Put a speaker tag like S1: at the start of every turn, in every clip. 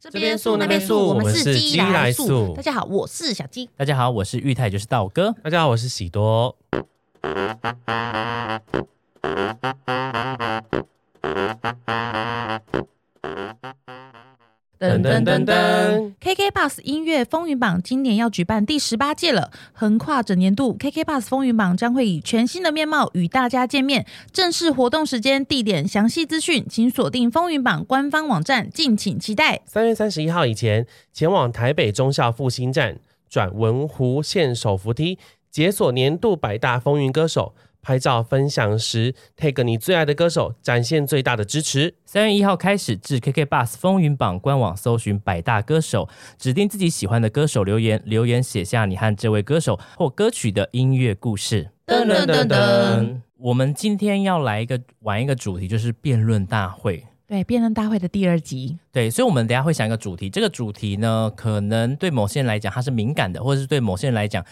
S1: 这
S2: 边
S1: 边
S2: 素
S1: 素
S2: 那
S1: 那
S2: 边
S1: 边
S2: 素
S1: 素，我
S2: 我
S1: 们
S2: 们是
S1: 是
S2: 鸡
S1: 鸡
S2: 来
S1: 来
S2: 素
S1: 大家好，我是小鸡。
S2: 大家好，我是玉泰，就是道哥。
S3: 大家好，我是喜多。
S1: 噔噔
S2: 噔
S1: 噔
S3: 噔
S1: 噔！KKBOX 音乐风云榜今年要举办第十八届了，横跨整年度，KKBOX 风云榜将会以全新的面貌与大家见面。正式活动时间、地点、详细资讯，请锁定风云榜官方网站，敬请期待。
S3: 三月三十一号以前，前往台北中校复兴站转文湖线手扶梯，解锁年度百大风云歌手。拍照分享时，tag 你最爱的歌手，展现最大的支持。
S2: 三月一号开始至 KK Bus 风云榜官网搜寻百大歌手，指定自己喜欢的歌手留言，留言写下你和这位歌手或歌曲的音乐故事。
S1: 噔噔噔噔！
S2: 嗯，我们今天要来一个玩一个主题，就是辩论大会。
S1: 对，辩论大会的第二集，
S2: 对，所以，我们等一下会想一个主题。这个主题呢，可能对某些人来讲它是敏感的，或者是对某些人来讲，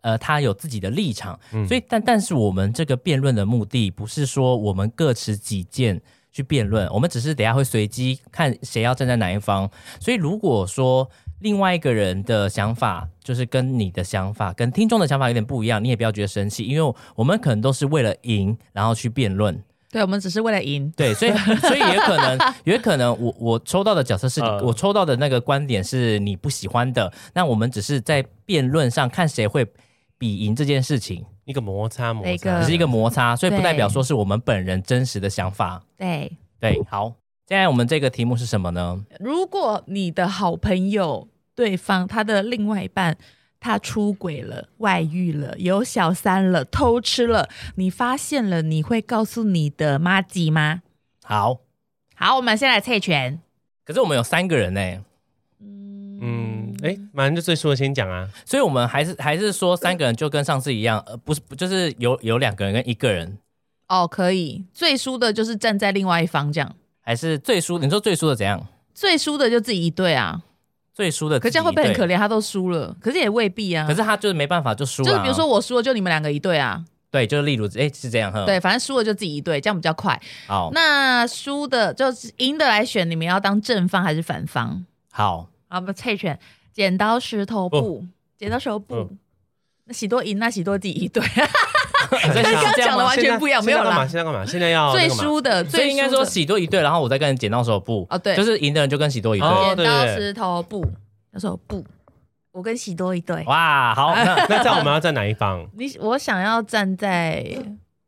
S2: 呃，他有自己的立场。所以，但但是我们这个辩论的目的不是说我们各持己见去辩论，我们只是等一下会随机看谁要站在哪一方。所以，如果说另外一个人的想法就是跟你的想法、跟听众的想法有点不一样，你也不要觉得生气，因为我们可能都是为了赢然后去辩论。
S1: 对我们只是为了赢。
S2: 对， 所以所以也可能， 也可能我我抽到的角色是、
S1: 嗯
S3: 呃
S2: 我抽到的那个观点是你不喜欢的，那我们只是在辩论上看谁会比赢这件事情，
S3: 一个摩擦摩
S1: 那
S3: 擦，
S1: 个
S2: 只是一个摩擦，所以不代
S1: 嗯
S2: 表
S1: 对嗯
S2: 说是我们本人真实的想法。
S1: 对，
S2: 对，好，现在我们这个题目是什么呢？
S1: 如果你的好朋友对方他的另外一半他出轨了、外遇了、有小三了、偷吃了，你发现了，你会告诉你的妈吉吗？
S2: 好，
S1: 好，我们先来猜拳。
S2: 可是我们有三个人呢、
S3: 嗯，哎、马上就最输的先讲 啊。
S2: 所以我们还是还是说三个人就跟上次一样，呃，不是，不就是有有两个人跟一个人，
S1: 哦，可以。最输的就是站在另外一方这样，
S2: 还是最输？你说最输的怎样？
S1: 最输的就自己一对啊。
S2: 最输的
S1: 可这样会不会很可
S2: 怜？
S1: 怜？他都输了，可是也未必啊。
S2: 可是他就是没办法就输了、
S1: 就是比如说我输啊了，就你们两个一对啊。
S2: 对，就是例如，哎、是这样哈。，
S1: 对，反正输了就自己一对，这样比较快。
S2: 好，
S1: 那输的就是赢的来选，你们要当正方还是反方？
S2: 好，
S1: 啊，不，猜拳，剪刀石头布，剪刀石头布
S3: 嗯。
S1: 那喜多赢，那喜多自己一对，啊
S2: 所以
S1: 跟刚
S2: 是
S1: 刚
S2: 这样
S1: 讲的
S2: 吗
S1: 完全不一样，没
S3: 现在
S1: 有
S3: 现在干嘛？
S1: 啦。
S3: 现在干嘛？现在要哦那
S1: 最
S3: 个嘛
S1: 输的，
S2: 所
S1: 最
S2: 以应该
S1: 输的
S2: 说喜多一对，然后我再跟剪刀手布。
S1: 哦，对，
S2: 就是赢的人就跟喜多一对。
S3: 哦
S1: 剪刀
S3: 对对对
S1: 石头布，那时候布，我跟喜多一对。
S2: 哇，好，那
S3: 那这样我们要站哪一方？
S1: 你我想要站在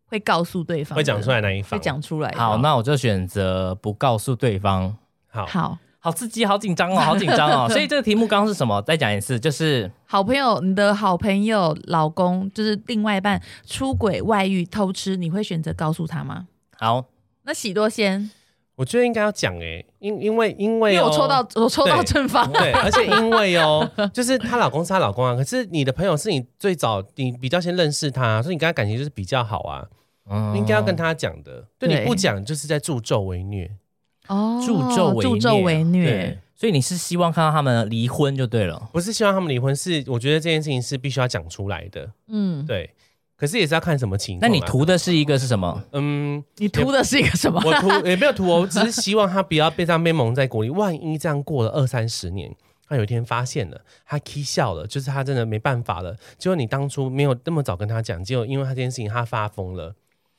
S1: 会告诉对方的，
S3: 会讲出来哪一
S1: 会
S3: 方？
S1: 讲出来的。
S2: 好，那我就选择不告诉对方。
S3: 好，
S1: 好，
S2: 好刺激，好紧张哦，好紧张哦。所以这个题目刚刚是什么？再讲一次，就是
S1: 好朋友，你的好朋友、老公就是另外一半出轨、外遇、偷吃，你会选择告诉他吗？
S2: 好，
S1: 那喜多先，
S3: 我觉得应该要讲哎、因因为因
S1: 因
S3: 为、
S1: 为
S3: 哦
S1: 我抽到我抽到
S3: 对
S1: 正方，
S3: 对，而且因为哦，就是她老公是她老公啊，可是你的朋友是你最早你比较先认识他，所以你跟他感情就是比较好啊，
S2: 嗯
S3: 应该要跟他讲的。对，
S1: 对
S3: 你不讲就是在助纣为虐。
S1: 哦
S2: 助纣为虐
S1: 助纣为虐
S2: 对。。所以你是希望看到他们离婚就对了。
S3: 不是希望他们离婚，是我觉得这件事情是必须要讲出来的。
S1: 嗯，
S3: 对，可是也是要看什么情
S2: 那
S3: 况、啊
S2: 你，图的是一个是 什么？
S3: 嗯，
S1: 你图的是一个什么？
S3: 我图也没有图哦，我只是希望他不要被这样被蒙在鼓里。万一这样过了二三十年，他有一天发现了，他 k 笑了，就是他真的没办法了。结果你当初没有那么早跟他讲，结果因为他这件事情他发疯了，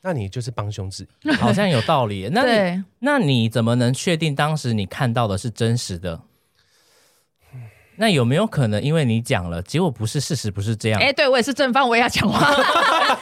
S3: 那你就是帮凶之一。
S2: 好像有道理。那你
S1: 对，
S2: 那你怎么能确定当时你看到的是真实的？那有没有可能，因为你讲了，结果不是事实，不是这样？
S1: 哎，对我也是正方，我也要讲 话。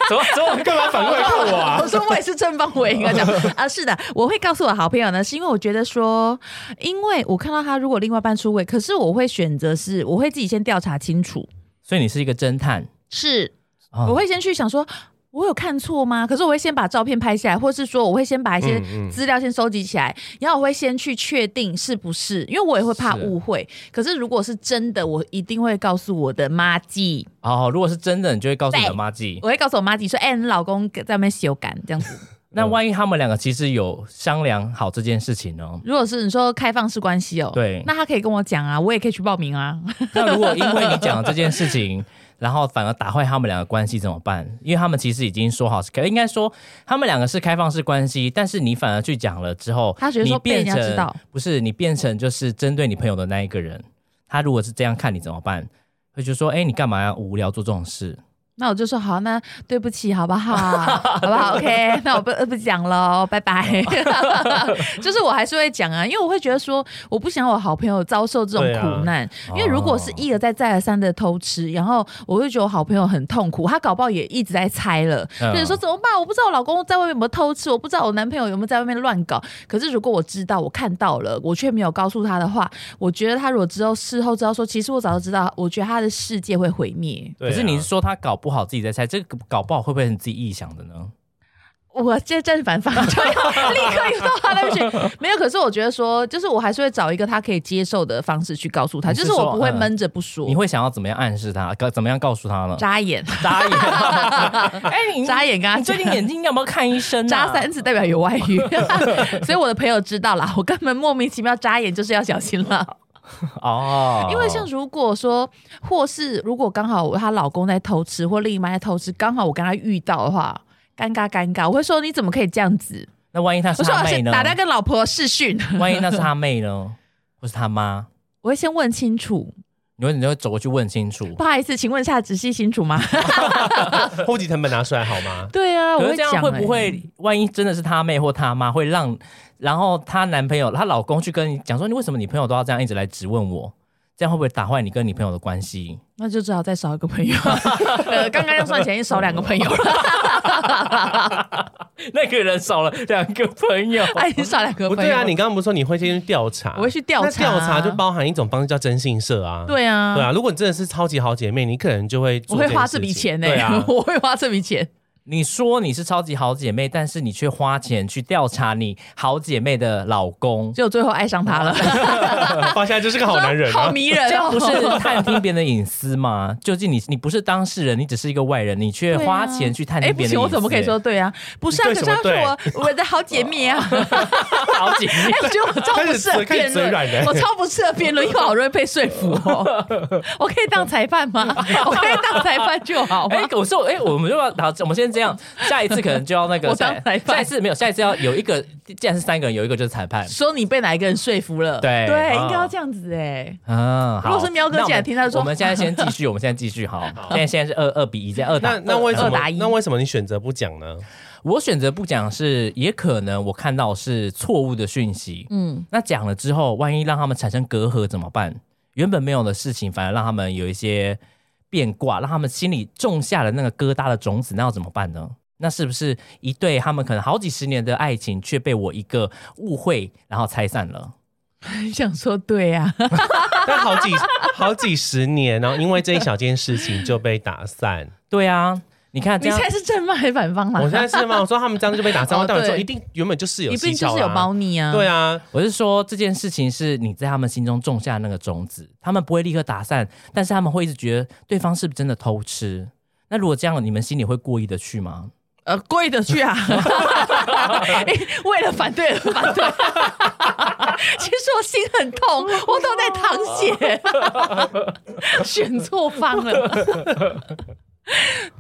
S2: 怎么怎么干嘛反过来看我啊？
S1: 我说我也是正方，我也应 该讲啊。是的，我会告诉我好朋友呢，是因为我觉得说，因为我看到他如果另外一半出轨，可是我会选择是，我会自己先调查清楚，
S2: 所以你是一个侦探，
S1: 是
S2: 哦
S1: 我会先去想说，我有看错吗？可是我会先把照片拍下来，或是说我会先把一些
S3: 嗯嗯
S1: 资料先收集起来，然后我会先去确定是不是，因为我也会怕
S3: 是
S1: 误会。可是如果是真的，我一定会告诉我的妈记，
S2: 哦，如果是真的，你就会告诉你的
S1: 对
S2: 妈记。
S1: 我会告诉我妈记说，哎、你老公在那边修改这样子。
S2: 那万一他们两个其实有商量好这件事情呢？
S1: 如果是你说开放式关系哦，
S2: 对
S1: 那他可以跟我讲啊，我也可以去报名啊。
S2: 那如果因为你讲了这件事情，然后反而打坏他们两个关系怎么办？因为他们其实已经说好是开，应该说他们两个是开放式关系，但是你反而去讲了之后，
S1: 他觉得说
S2: 你变
S1: 被人家知
S2: 成
S1: 道
S2: 不是你变成就是针对你朋友的那一个人，他如果是这样看你怎么办？会就说，哎、你干嘛要无聊做这种事？
S1: 那我就说好，那对不起，好不好？好不好？OK，那 我不呃不讲喽，拜拜。就是我还是会讲啊，因为我会觉得说，我不想我好朋友遭受这种
S3: 对啊哦
S1: 苦难，因为如果是一而再再而三的偷吃，然后我会觉得我好朋友很痛苦，他搞不好也一直在猜了，
S2: 嗯
S1: 就是说怎么办？我不知道我老公在外面有没有偷吃，我不知道我男朋友有没有在外面乱搞。可是如果我知道，我看到了，我却没有告诉他的话，我觉得他如果之后事后知道说，其实我早就知道，我觉得他的世界会毁灭。
S3: 对啊
S2: 可是你是说他搞不好自己在猜，这个搞不好会不会是你自己臆想的呢？
S1: 我这正反方 就要立刻遇到他那边去，没有。可是我觉得说，就是我还是会找一个他可以接受的方式去告诉他，
S2: 你是
S1: 就是我
S2: 说
S1: 不会
S2: 嗯
S1: 闷着不说
S2: 你，会想要怎么样暗示他？告怎么样告诉他呢？
S1: 眨眼，
S2: 眨眼，哎、 你
S1: 眨眼跟他
S2: 你最
S1: 讲
S2: 近眼睛要不要看医 生、啊？
S1: 扎三次代表有外遇， 所以我的朋友知道啦，我根本莫名其妙眨眼就是要小心了。
S2: 哦，
S1: 因为像如果说，或是如果刚好她老公在偷吃，或另一半在偷吃，刚好我跟她遇到的话，尴尬尴尬，我会说你怎么可以这样子？
S2: 那万一他
S1: 我
S2: 是
S1: 说
S2: 他
S1: 我
S2: 妹
S1: 先
S2: 呢？
S1: 打电话跟老婆视讯，
S2: 万一那是他妹呢？或是他妈？
S1: 我会先问清楚，
S2: 你会你会走过去问清楚。
S1: 不好意思，请问一下直系清楚吗？
S3: 户籍成本拿出来好吗？
S1: 对啊，我
S2: 可是这
S1: 讲、
S2: 样
S1: 欸、
S2: 会不会，万一真的是他妹或他妈，会让然后她男朋友、她老公去跟你讲说，你为什么你朋友都要这样一直来质问我？这样会不会打坏你跟你朋友的关系？
S1: 那就只好再少一个朋友。 呃，刚刚要算起来，已经少两个朋友了，
S2: 那个人少了两个朋友，
S1: 哎，已经少两个
S3: 不
S1: 朋友。
S3: 对啊，你刚刚不是说你会先去调查？
S1: 我会去调查
S3: 那调查就包含一种方式叫征信社啊。
S1: 对啊，
S3: 对啊，如果你真的是超级好姐妹，你可能就会做
S1: 我会
S3: 件
S1: 花
S3: 事
S1: 这笔
S3: 情
S1: 钱 呢、，
S3: 对啊
S1: 我会花这笔钱。
S2: 你说你是超级好姐妹，但是你却花钱去调查你好姐妹的老公，
S1: 结果最后爱上他了，
S3: 发现就是个 好男人
S1: 好
S3: 啊。
S1: 迷 人
S2: 这
S1: 哦！
S2: 样不是探听别人的隐私吗？究竟你你不是当事人，你只是一个外人，你却
S1: 对啊
S2: 花钱去探
S1: 哎，
S2: 听
S1: 不
S2: 别人的隐私、
S1: 行，我怎么可以说对啊？不是啊，可
S3: 你
S1: 是
S3: 对
S1: 她
S3: 什么对
S1: 是我我的好姐妹啊！
S2: 好姐妹
S1: 哎， 我觉得我超不适合
S3: 开始
S1: 辩
S3: 开始嘴软
S1: 论，
S3: 了
S1: 我超不适合辩论，因为我好容易被说服 哦。我可以当裁判吗？我可以当裁判就好
S2: 哎、
S1: 吗？
S2: 我说，哎、我们就要好，我们先这样，下一次可能就要那 个
S1: 我当
S2: 下
S1: 裁判
S2: 下一次没有，下一次要有一个，既然是三个人，有一个就是裁 判
S1: 说你被哪一个人说服了？
S2: 对
S1: 对，
S2: 啊
S1: 应该要这样子哎。
S2: 啊。好
S1: 如果是喵哥
S2: 那我们
S1: 进来听他就说
S2: 我们现在先继续，我们现在继续， 好，现在现在是二二比一，现在二打
S3: 那那为什
S1: 二打
S3: 么
S1: 一
S3: 那为什么你选择不讲呢？
S2: 我选择不讲是，也可能我看到是错误的讯息。
S1: 嗯，
S2: 那讲了之后，万一让他们产生隔阂怎么办？原本没有的事情，反而让他们有一些变卦，让他们心里种下了那个疙瘩的种子，那要怎么办呢？那是不是一对他们可能好几十年的爱情，却被我一个误会，然后拆散了？
S1: 想说对啊，
S3: 但好几好几十年，然后因为这一小件事情就被打散。
S2: 对啊，你看这
S1: 你
S2: 样
S1: 现在是正方还是反方啦
S3: 我？现在是吗？我说他们这样就被打散，
S1: 哦
S3: 我当然说
S1: 对
S3: 一定原本就是有
S1: 一
S3: 蹊
S1: 定就
S3: 跷
S1: 是有猫
S3: 啦。
S1: 腻啊。
S3: 对啊，
S2: 我是说这件事情是你在他们心中种下那个种子，他们不会立刻打散，但是他们会一直觉得对方是不是真的偷吃。那如果这样，你们心里会过意的去吗？
S1: 呃，跪着去 啊！欸为了反对而反 对，其实我心很痛，我都在淌血，选错方了。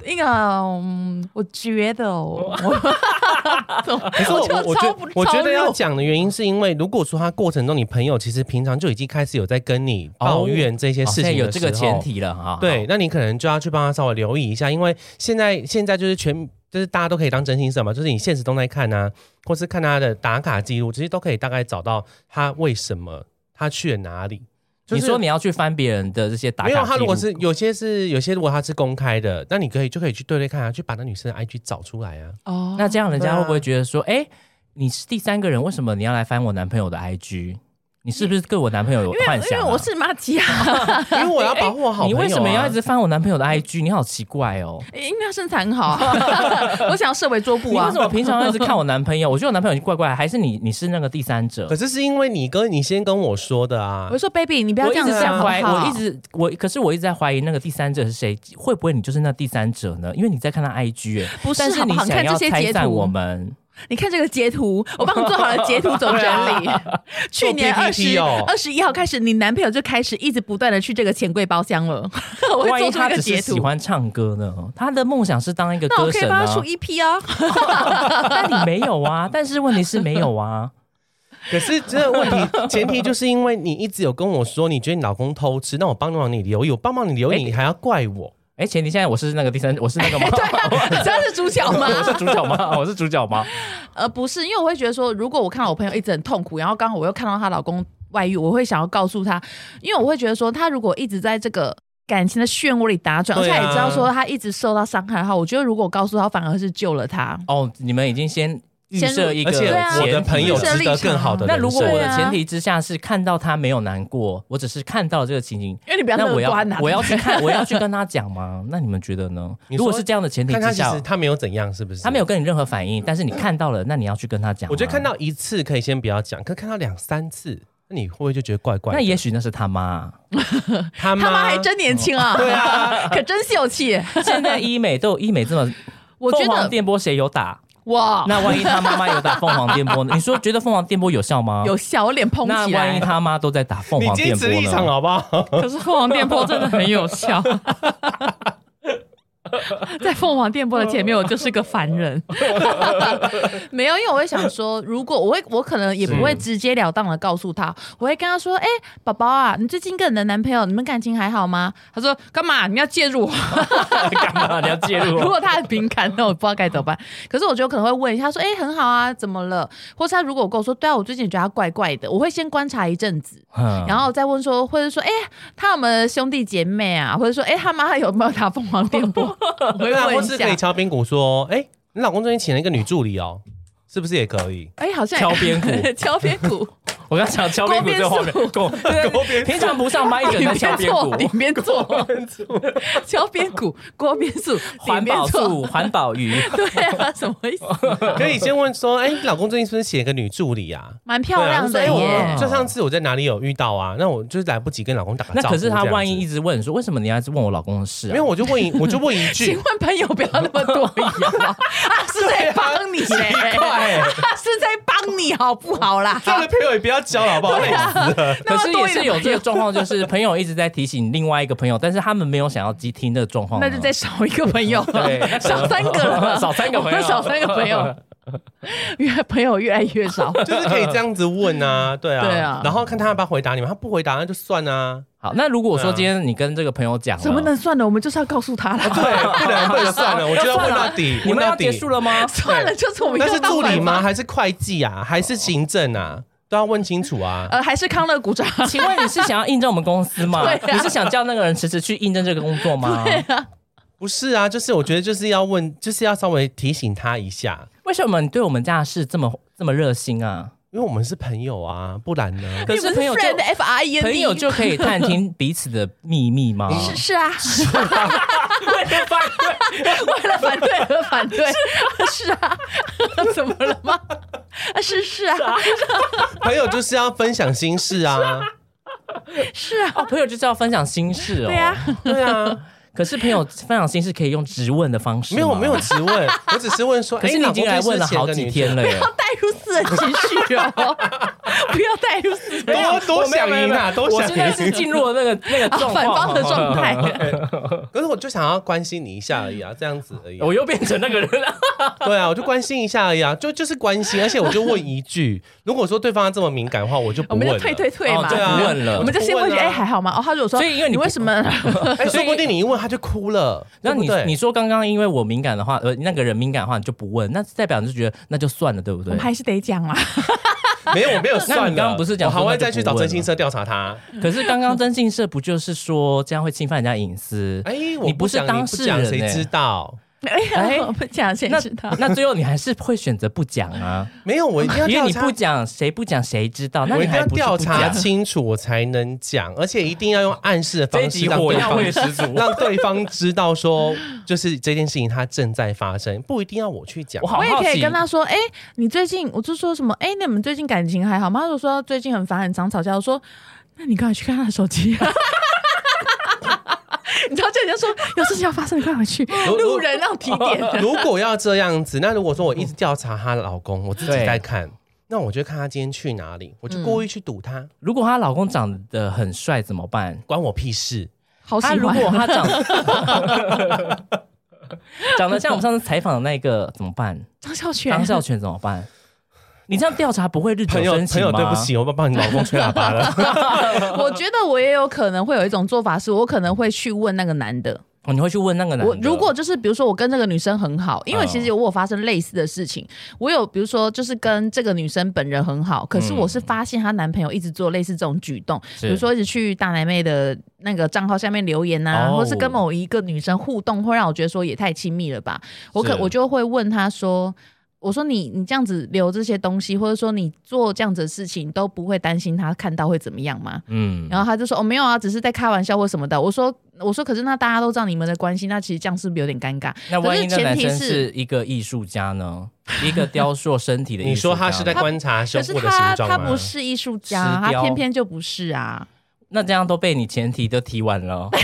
S1: 那个，嗯我觉得哦，
S3: 可是我
S1: 就
S3: 我我
S1: 超
S3: 觉
S1: 不
S3: 我觉
S1: 超
S3: 得要
S1: 弱
S3: 讲的原因是因为，如果说他过程中你朋友其实平常就已经开始有在跟你抱怨这些
S2: 好
S3: 事
S2: 哦现在
S3: 情、
S2: 有这个前，提了哈。
S3: 对，
S2: 好，
S3: 那你可能就要去帮他稍微留意一下，因为现在现在就是全就是大家都可以当真心社嘛，就是你现实都在看啊，或是看他的打卡记录，其实都可以大概找到他为什么他去了哪里。就
S2: 你
S3: 是
S2: 说你要去翻别人的这些打卡
S3: 没
S2: 记
S3: 有，
S2: 录，
S3: 他如果是有些是有些，如果他是公开的，那你可以就可以去对对看啊，去把那女生的 IG 找出来 啊。
S1: 哦，
S2: 那这样，人家
S3: 对啊
S2: 会不会觉得说，哎、你是第三个人，为什么你要来翻我男朋友的 IG？你是不是对我男朋友有
S1: 因为
S2: 幻
S1: 因
S2: 想、
S1: 为
S2: 啊？
S1: 我是马吉亚，
S3: 因为我要保护我好朋
S2: 你
S3: 友、啊
S2: 为什么要一？直翻我男朋友的 IG？你好奇怪哦。
S1: 欸因为他身材很好 啊，我想要设为桌布
S2: 你
S1: 啊
S2: 为什。么平常一直看我男朋友？我觉得我男朋友怪怪，还是你你是那个第三者
S3: 可？是是因为你跟你先跟我说的啊
S1: 我就，说 baby，你不要
S2: 我
S1: 这
S2: 一
S1: 样
S2: 直
S1: 子
S2: 在
S1: 好不
S2: 怀，
S1: 好？
S2: 我一直我，可是我一直在怀疑那个第三者是谁？会不会你就是那第三者呢？因为你在看他 IG，、欸、
S1: 不是
S2: 但
S1: 好
S2: 是
S1: 不
S2: 你
S1: 好
S2: 想
S1: 看这
S2: 要
S1: 些
S2: 拆
S1: 截
S2: 散
S1: 图
S2: 我们，
S1: 你看这个截图，我帮你做好了截图总 整理。去年
S3: 做
S1: 二十
S3: PPT 哦
S1: 二十一号开始，你男朋友就开始一直不断的去这个钱柜包厢了。 我会
S2: 万一
S1: 做出
S2: 他
S1: 一
S2: 只
S1: 个
S2: 是
S1: 截
S2: 喜
S1: 图，
S2: 欢唱歌呢？他的梦想是当一个
S1: 那我
S2: 歌
S1: 可以
S2: 神
S1: 帮他
S2: 啊
S1: 出，一批啊。
S2: 但你 没有啊。但是问题是没有啊。
S3: 可是这个问题 前提就是因为你一直有跟我说，你觉得你老公偷吃，那我帮忙你留意，我帮忙你留意，
S2: 哎
S3: 你还要怪我。
S2: 哎，前提现在我是那个第三，我是那个吗？
S1: 啊他是主角吗？
S2: 我是主角吗？我是主角吗？
S1: 呃，不是，因为我会觉得说，如果我看到我朋友一直很痛苦，然后刚好我又看到她老公外遇，我会想要告诉她，因为我会觉得说，她如果一直在这个感情的漩涡里打转，而
S3: 对
S1: 且
S3: 啊
S1: 她也知道说她一直受到伤害的话，我觉得如果我告诉她，反而是救了她。
S2: 哦，你们已经先预
S1: 先
S2: 设一个
S3: 而且
S1: 对啊
S2: 前
S3: 我的
S2: 提
S3: 朋友
S1: 是
S3: 值得更好的人生。
S2: 那如果我
S1: 对
S2: 的
S1: 啊
S2: 前提之下是看到他没有难过，我只是看到这个情形，
S1: 因为你不要
S2: 那我
S1: 乐
S2: 要
S1: 观啊，
S2: 我要 去看，我要去跟他讲吗？那你们觉得呢？
S3: 你
S2: 如果
S3: 说
S2: 是这样的前提
S3: 看他
S2: 之
S3: 其
S2: 下
S3: 实，他没有怎样，是不是？
S2: 他没有。跟你任何反应，但是你看到了，那你要去跟他讲吗。
S3: 我觉得看到一次可以先不要讲，可看到两三次，那你会不会就觉得怪怪的？
S2: 那也许那是他妈。
S3: 他妈
S1: 他妈还真年轻啊，对啊， 可真秀气。
S2: 现在医美都有 医美这么，
S1: 我觉
S2: 凤凰
S1: 得哦
S2: 电波谁有打？
S1: 哇，
S2: 那万一他妈妈有打凤凰电波 呢？你说觉得凤凰电波有效吗？
S1: 有。笑，我脸膨
S2: 那
S1: 起
S2: 万
S1: 来。
S2: 一他妈都在打凤
S3: 你
S2: 凰
S3: 坚
S2: 电
S3: 持
S2: 波
S3: 立场
S2: 呢？
S3: 好不好？
S4: 可是凤凰电波真的很有 效，
S1: 在凤凰电
S4: 电波的前面我就是个凡人。
S1: 没有，因为我会想说，如果我会，我可能也不会直截了当的告诉他，我会跟他说：“哎、宝宝啊，你最近跟你的男朋友，你们感情还好吗？”他说：“干嘛？你要介入我？
S2: 干嘛你要介入
S1: 如
S2: 我？
S1: 果他很敏感，那我不知道该怎 么办。可是我觉得我可能会问一下，说：‘哎、很好啊，怎么了？’或是他如果跟我说：‘对啊，我最近觉得他怪怪的’，我会先观察一阵子，
S2: 嗯
S1: 然后再问说，或者说：‘哎、他有没有兄弟姐妹啊？’或者说：‘哎、他妈有没有打凤凰电波？’ 我会
S3: 对啊，或
S1: 问
S3: 是
S1: 一
S3: 可以
S1: 下。
S3: 敲边鼓说，哎、你老公最近请了一个女助理哦，是不是也可以？
S1: 哎、好像
S2: 敲边鼓，
S1: 敲边鼓，
S2: 我刚想敲边鼓这个画面，狗
S3: 边
S2: 平常不上班一整在敲边鼓
S1: 里，边 坐，里边坐，敲边鼓，锅边素，
S2: 环保
S1: 素，
S2: 素、环保鱼，
S1: 对啊，什么意思？
S3: 可以先问说，哎、你老公最近是不是请了一个女助理啊？
S1: 蛮漂亮的
S3: 对啊所以
S1: 耶
S2: 哦
S3: 我，就上次我在哪里有遇到啊，那我就是来不及跟老公打个
S2: 那
S3: 招呼。
S2: 可是他万一
S3: 这
S2: 一
S3: 样
S2: 直问说，为什么你要一直问我老公的事
S3: 子
S2: 啊？
S3: 没有，我就问一，我就 问一
S1: 请
S3: 句，
S1: 问朋友不要那么多疑啊， 啊是在帮你耶，啊是在帮你好不好啦？
S3: 这样的朋友也不要交了，好不好？累
S2: 啊
S3: 死了。
S1: 那
S2: 可
S1: 么
S2: 是
S1: 多
S2: 也
S1: 一点
S2: 是有这个状况，就是朋友一直在提醒另外一个朋友，但是他们没有想要接听的状况呢，
S1: 那就再少一个朋友，
S2: 对
S1: 少三个了，
S2: 少三个朋友
S1: 我少三个朋友，越朋友越来越少。
S3: 就是可以这样子问啊，对啊，
S1: 对啊
S3: 然后看他要不要回答你们，他不回答那就算 啊，
S2: 好。那如果说
S3: 对啊
S2: 今天你跟这个朋友讲了，
S1: 怎么能算了？我们就是要告诉他
S3: 对，
S1: 了，
S3: 不能不能算了，我就要问到底，
S2: 你
S3: 问
S2: 们
S3: 到
S2: 要结
S3: 底。
S2: 束了吗？
S1: 算了，就是我们
S3: 那
S1: 又
S3: 是
S1: 当
S3: 助理
S1: 反
S3: 吗？
S1: 方？
S3: 还是会计啊？还是行政啊？都要问清楚啊。
S1: 呃，还是康乐鼓掌。
S2: 请问你是想要应征我们公司 吗？
S1: 对啊
S2: 你是想叫那个人辞职去应征这个工 作吗？
S3: 不是啊，就是我觉得就是要问，就是要稍微提醒他一下，
S2: 为什么你对我们家的事这么这么热心啊？
S3: 因为我们是朋友啊，不 然呢？
S2: 可
S1: 你
S2: 是
S1: 们
S2: 朋友就
S1: friend F R E N D，
S2: 朋友就可以探听彼此的秘 密吗？
S1: 是是啊， 为了反对，为了反对而反对，是啊， 怎么了吗？ 啊是是啊，
S3: 朋友就是要分享心事啊，
S1: 是啊，
S2: 哦，朋友就是要分享心事哦。
S1: 对啊，
S3: 对啊，
S2: 可是朋友分享心事可以用质问的方式，
S3: 没有我没有。质问， 我只是问说，哎
S2: 可是你已经来问了好几天
S3: 了，
S2: 了耶，
S1: 不要带入私人情绪哦， 不要带入私人
S3: 多多想赢啊，多
S2: 我
S3: 想
S2: 现在是
S3: 赢。
S2: 进入了那 个那个
S3: 啊
S2: 状况哦
S1: 反方的状态。
S3: 可是我就想要关心你一下而已啊，这样子而已 啊、
S2: 我又变成那个人了。
S3: 对啊，我就关心一下而已啊，就就是关心，而且我就问一句， 如果说对方这么敏感的话，我就 不
S1: 我
S3: 问
S1: 们
S3: 了。
S1: 就退退退
S2: 哦
S1: 嘛，
S2: 就
S3: 对啊
S2: 不问 了
S1: 我们就先问一句，
S3: 不问啊
S1: 哎，还好吗？哦，他如果说，
S2: 所以因为你
S1: 你为什么
S3: 哎、说不定你一问他就哭了，
S2: 那
S3: 对
S2: 你
S3: 不对
S2: 你说刚刚因为我敏感的话，呃，那个人敏感的话你就不问，那代表你就觉得那就算了，对不
S1: 我
S2: 对
S1: 们？还是得讲嘛？
S3: 没有，我没有算
S2: 那
S3: 了。
S2: 你刚刚不是讲
S3: 我还
S2: 说那
S3: 会
S2: 就
S3: 再去
S2: 不
S3: 找
S2: 问
S3: 征信
S2: 了
S3: 社调查他？
S2: 可是刚刚征信社不就是说这样会侵犯人家隐私？
S3: 哎、我
S2: 你不是
S3: 讲
S2: 当
S3: 你不
S2: 事
S3: 讲
S2: 人
S3: 谁
S2: 欸
S3: 知道？
S1: 哎
S2: 哎
S1: 呀，我们讲先
S2: 那
S1: 知 道。
S2: 那最后你还是会选择不讲啊，
S3: 没有，我一定要
S2: 因为
S3: 调
S2: 你
S3: 查
S2: 不。讲，谁不讲谁知道？那
S3: 我
S2: 你
S3: 一定
S2: 还
S3: 要
S2: 不是
S3: 调
S2: 不
S3: 查
S2: 讲？
S3: 清楚，我才能讲，而且一定要用暗示的
S2: 这一
S3: 方式
S2: 集
S3: 让
S2: 火
S3: 对
S2: 药
S3: 方。
S2: 味十足
S3: 让对方知道说，就是这件事情它正在发生，不一定要我去讲
S2: 我。好
S1: 我也
S2: 好
S1: 可以
S2: 奇
S1: 跟他说，哎、你最近，我就说什么，哎、你们最近感情还好吗？他就说最近很烦，啊很常吵架。我说，那你赶快去看他的手机、你知道这人就说有事情要发生，你快回去。
S3: 如
S1: 路人让提点，
S3: 如果要这样子，那如果说我一直调查她老公，我自己
S2: 对
S3: 在看，那我就看她今天去哪里，我
S1: 嗯
S3: 就故意去堵她，
S2: 如果她老公长得很帅怎么办？
S3: 关我屁事。
S1: 好喜
S2: 她如
S1: 欢。
S2: 果她长 长得像我们上次采访的那个怎么办？
S1: 张孝全，
S2: 张孝全怎么办？你这样调查不会日久
S3: 朋友，
S2: 生
S3: 朋
S2: 情吗？
S3: 友，对不，起，我帮帮你老公吹喇叭了。
S1: 我觉得我也有可能会有一种做法，是我可能会去问那个男的。
S2: 哦、你会去问那个男的？
S1: 我如果就是比如说我跟这个女生很好，因为
S2: 嗯
S1: 其实我有发生类似的事情，我有比如说就是跟这个女生本人很好，可是我是发现她男朋友一直做类似这种举动，
S2: 嗯是
S1: 比如说一直去大奶妹的那个账号下面留言呐、
S2: 哦
S1: 或是跟某一个女生互动，会让我觉得说也太亲密了吧，我可
S2: 是
S1: 我就会问她说。我说你你这样子留这些东西，或者说你做这样子的事情，都不会担心她看到会怎么样吗？
S2: 嗯，
S1: 然后他就说：“哦，没有啊，只是在开玩笑或什么的。”我说：“我说，可是那大家都知道你们的关系，那其实这样是不是有点尴尬？
S2: 那万
S1: 可
S2: 一那
S1: 是前
S2: 男
S1: 提
S2: 生
S1: 是，
S2: 是一个艺术家呢？一个雕塑身体的艺
S3: 你
S2: 术家
S3: 说
S2: 呢，
S3: 他是在观察胸
S1: 可是
S3: 部的形
S1: 他
S3: 状
S2: 啊
S1: 他
S3: 吗
S1: 不是艺术家，
S2: 石
S1: 他
S2: 雕
S1: 偏偏就不是啊。
S2: 那这样都被你前提都提完了。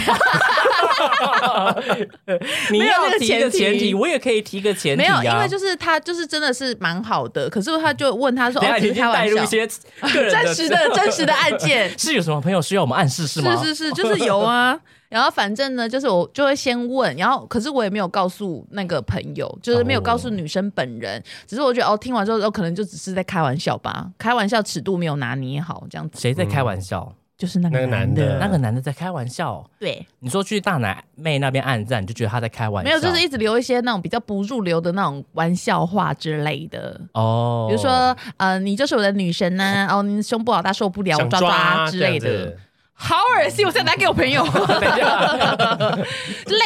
S2: 你
S1: 没有那
S2: 要
S1: 个
S2: 提个
S1: 前提
S2: 前提，我也可以提个前提
S1: 没有，
S2: 啊。
S1: 因为就是他就是真的是蛮好的，可是他就问他说：
S2: 等一下
S1: 哦，只是开玩
S2: 你先带入
S1: 笑
S2: 一，些个 人
S1: 真实的真实的案件。”
S2: 是有什么朋友需要我们暗示 是吗？
S1: 是是是，就是有啊。 然后反正呢，就是我就会先问，然后可是我也没有告诉那个朋友，就是
S2: 哦
S1: 没有告诉女生本人，只是我觉得哦，听完之后哦，可能就只是在开玩笑吧，开玩笑尺度没有拿捏好，这样子
S2: 谁在开玩笑？
S1: 就是那
S3: 那
S1: 个
S3: 个男
S1: 男的，
S3: 嗯的
S2: 那个男的在开玩笑。
S1: 对，
S2: 你说去大奶妹那边暗赞，你就觉得他在开玩笑？
S1: 没有，就是一直留一些那种比较不入流的那种玩笑话之类的。
S2: 哦，
S1: 比如说，呃，你就是我的女神呐、哦，你胸部老大受不了，我
S3: 想
S1: 抓啊
S2: 啊
S3: 抓
S1: 之类
S3: 这样
S1: 的
S3: 子，
S1: 好恶心！我再拿给我朋 友，
S2: 等一下，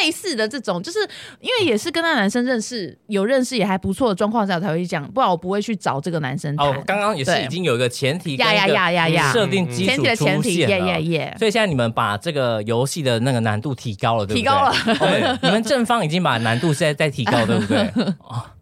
S1: 类似的这种，就是因为也是跟那男生认识，有认识也还不错的状况下，我才会讲，不然我不会去找这个男生谈。
S2: 哦，刚刚也是
S1: 对
S2: 已经有一个前提跟
S1: 呀
S2: 一
S1: 呀
S2: 个
S1: 呀呀呀
S2: 设定基
S1: 前
S2: 础
S1: 提的
S2: 出现啊
S1: 前
S2: 了。
S1: 提，耶耶耶，
S2: 所以现在你们把这个游戏的那个难度提高了，对不对？
S1: 提高了
S2: 我们你们正方已经把难度现在在提高，对 不对？